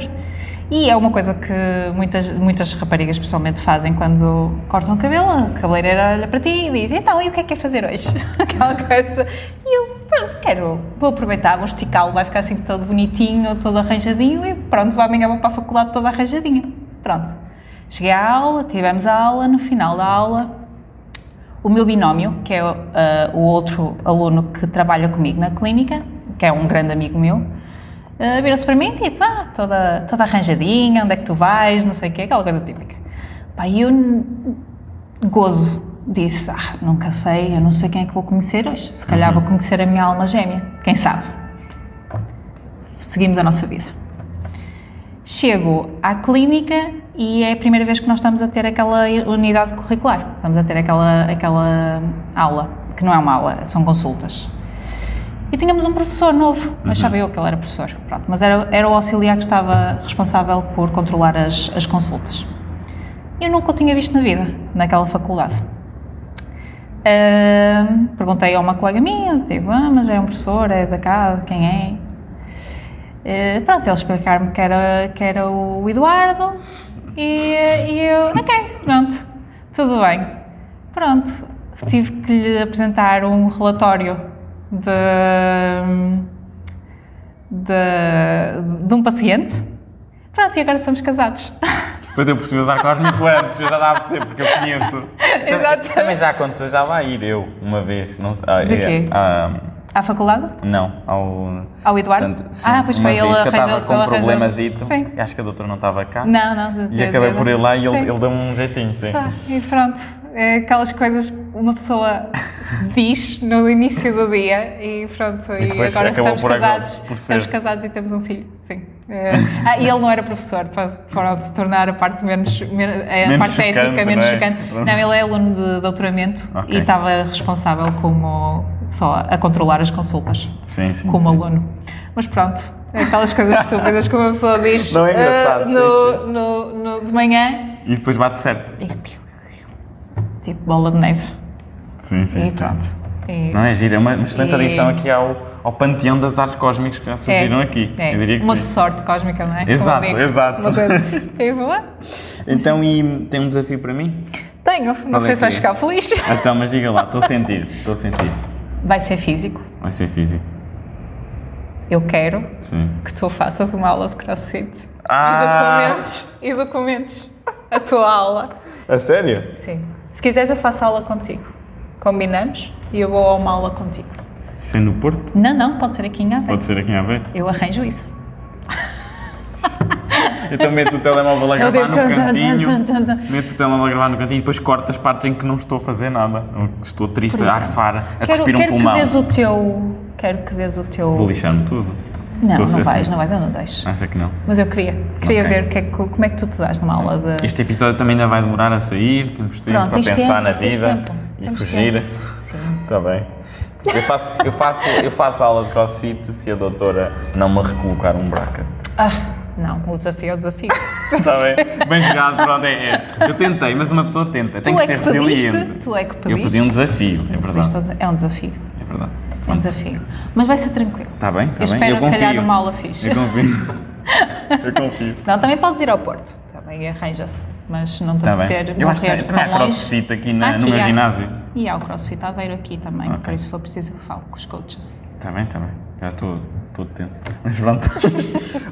e é uma coisa que muitas, muitas raparigas, pessoalmente, fazem quando cortam o cabelo. A cabeleireira olha para ti e diz: Então, e o que é que quer fazer hoje? Aquela coisa. E eu, pronto, quero, vou aproveitar, vou esticá-lo, vai ficar assim todo bonitinho, todo arranjadinho e pronto, vou amanhã vou para a faculdade toda arranjadinha. Pronto. Cheguei à aula, tivemos a aula, no final da aula o meu binómio, que é ah, o outro aluno que trabalha comigo na clínica, que é um grande amigo meu, eh, virou-se para mim, tipo, ah, toda, toda arranjadinha, onde é que tu vais, não sei o quê, aquela coisa típica. Pá, e eu n- gozo. Disse, ah, nunca sei, eu não sei quem é que vou conhecer hoje. Se calhar vou conhecer a minha alma gêmea, quem sabe. Seguimos a nossa vida. Chego à clínica e é a primeira vez que nós estamos a ter aquela unidade curricular. Estamos a ter aquela, aquela aula, que não é uma aula, são consultas. E tínhamos um professor novo, achava eu que ele era professor, pronto, mas era, era o auxiliar que estava responsável por controlar as, as consultas. Eu nunca o tinha visto na vida, naquela faculdade. Ahm, perguntei a uma colega minha, tipo, ah, mas é um professor, é da cá, quem é? Eh, pronto, ele explicar-me que era, que era o Eduardo e, e eu, ok, pronto, tudo bem. Pronto, tive que lhe apresentar um relatório de, de, de um paciente. Pronto, e agora somos casados. Quando eu percebi usar cósmico antes, eu já dá a perceber, porque eu conheço. Também- Exatamente. Também já aconteceu, já lá ir eu, uma vez. Não sei, ah, De é, quê? ah, À faculdade? não, ao... Ao Eduardo? Portanto, sim, ah, pois uma foi, vez ele que eu arranjou... estava com ele um arranjou- problemazito, Sim. acho que a doutora não estava cá, Não, não. de- e de- acabei de- por ir lá e ele, Sim. ele deu-me um jeitinho, sim. Pá, Tá, e pronto, é aquelas coisas que uma pessoa diz no início do dia e pronto, e, depois agora acabou estamos por agora- casados, por ser. estamos casados e temos um filho, sim. É, ah, e ele não era professor, para, para te tornar a parte menos, men- a Menos parte ética chocante, menos não é? chocante. Não, ele é aluno de doutoramento Ok. e estava responsável como só a controlar as consultas Sim, sim. como sim. aluno. Mas pronto, é aquelas coisas estúpidas que uma pessoa diz Não é engraçado, ah, sim, no, no- no- de manhã E depois bate certo. e piu, tipo bola de neve. Sim, sim, E sim. pronto. E- Não é giro, é uma, uma excelente E- adição aqui ao, ao panteão das artes cósmicas que já surgiram é, aqui. é, Eu diria que uma sim. sorte cósmica, não é? Como Exato, digo. exato. Uma coisa, tipo, ah, Então, e tem um desafio para mim? tenho, não Qual é sei se vais que é? ficar feliz. Então, mas diga lá, estou a sentir, estou a sentir. Vai ser físico. Vai ser físico, Eu quero sim. que tu faças uma aula de crossfit. Ah! E documentes, e documentes a tua aula. A sério? Sim. Se quiseres, eu faço aula contigo. Combinamos e eu vou a uma aula contigo. Isso é no Porto? Não, não, pode ser aqui em Aveiro. Pode ser aqui em Aveiro? Eu arranjo isso. Eu também meto o telemóvel a Eu gravar digo tan, no tan, cantinho. tan, tan, tan. Meto o telemóvel a gravar no cantinho e depois corto as partes em que não estou a fazer nada. ou que Estou triste, Por a exemplo. arfar, a quero cuspir um quero pulmão. que dês o teu. Quero que dês o teu. Vou lixar-me tudo. Não, Estou a não ser vais, assim. não vais, eu não deixo. Acha que não? Mas eu queria. Queria Ok. ver o que é que- como é que tu te das numa aula de. Este episódio também ainda vai demorar a sair, temos tempo Pronto, para tens pensar tempo, na tens vida tempo, e temos fugir. tempo. Sim. Está bem. Eu faço, eu, faço, eu faço aula de crossfit se a doutora não me recolocar um bracket. Ah, não, o desafio é o desafio. Está bem? Bem jogado, pronto. É, é. Eu tentei, mas uma pessoa tenta. Tem Tu que é ser que pediste, resiliente. tu é que eu pediste. pedi um desafio, é verdade. Isto é um desafio. É verdade. É um desafio. Mas vai ser tranquilo. Está bem, está Eu bem. espero eu calhar confio. numa aula fixe. Eu confio. eu confio. Senão também podes ir ao Porto. Também arranja-se. Mas não tem Está que Tá bem. ser eu acho que morrer também há tão longe. crossfit aqui, na- Aqui no meu há. ginásio. E há o CrossFit Aveiro aqui também. Ok. Por isso, se for preciso, eu falo com os coaches. Está Tá bem, está bem. Já estou estou tenso. Mas pronto.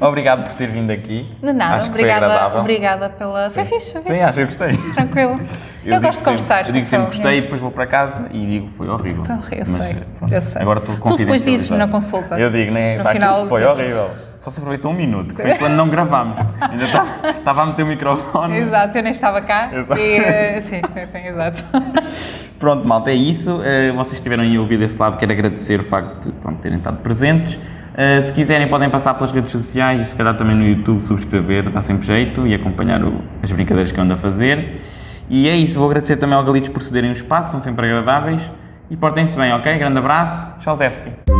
Obrigado por ter vindo aqui. De nada, Acho que foi obrigada, agradável. obrigada pela. Foi fixe, foi Sim, fixe. acho que eu gostei. Tranquilo. Eu, digo gosto de sempre- conversar. Eu digo sempre só, gostei e depois vou para casa e digo foi horrível. Foi horrível, eu Mas, eh, sei, pronto, eu sei. Agora estou Tu depois confidencializado. dizes-me na consulta. Eu digo, né? No pá, aquilo final do foi tempo. horrível. Só se aproveitou um minuto, que foi quando não gravámos. Ainda estava- estava a meter o microfone. Exato, eu nem estava cá. Exato. E, eh, sim, sim, sim, exato. Pronto, malta, é isso. Eh, vocês estiveram aí a ouvir desse lado, quero agradecer o facto de pronto, terem estado presentes. Eh, se quiserem, podem passar pelas redes sociais e se calhar também no YouTube subscrever, dá sempre jeito e acompanhar o- as brincadeiras que eu ando a fazer. E é isso, vou agradecer também ao Galitos por cederem o espaço, são sempre agradáveis. E portem-se bem, ok? Grande abraço, tchau, Zefti.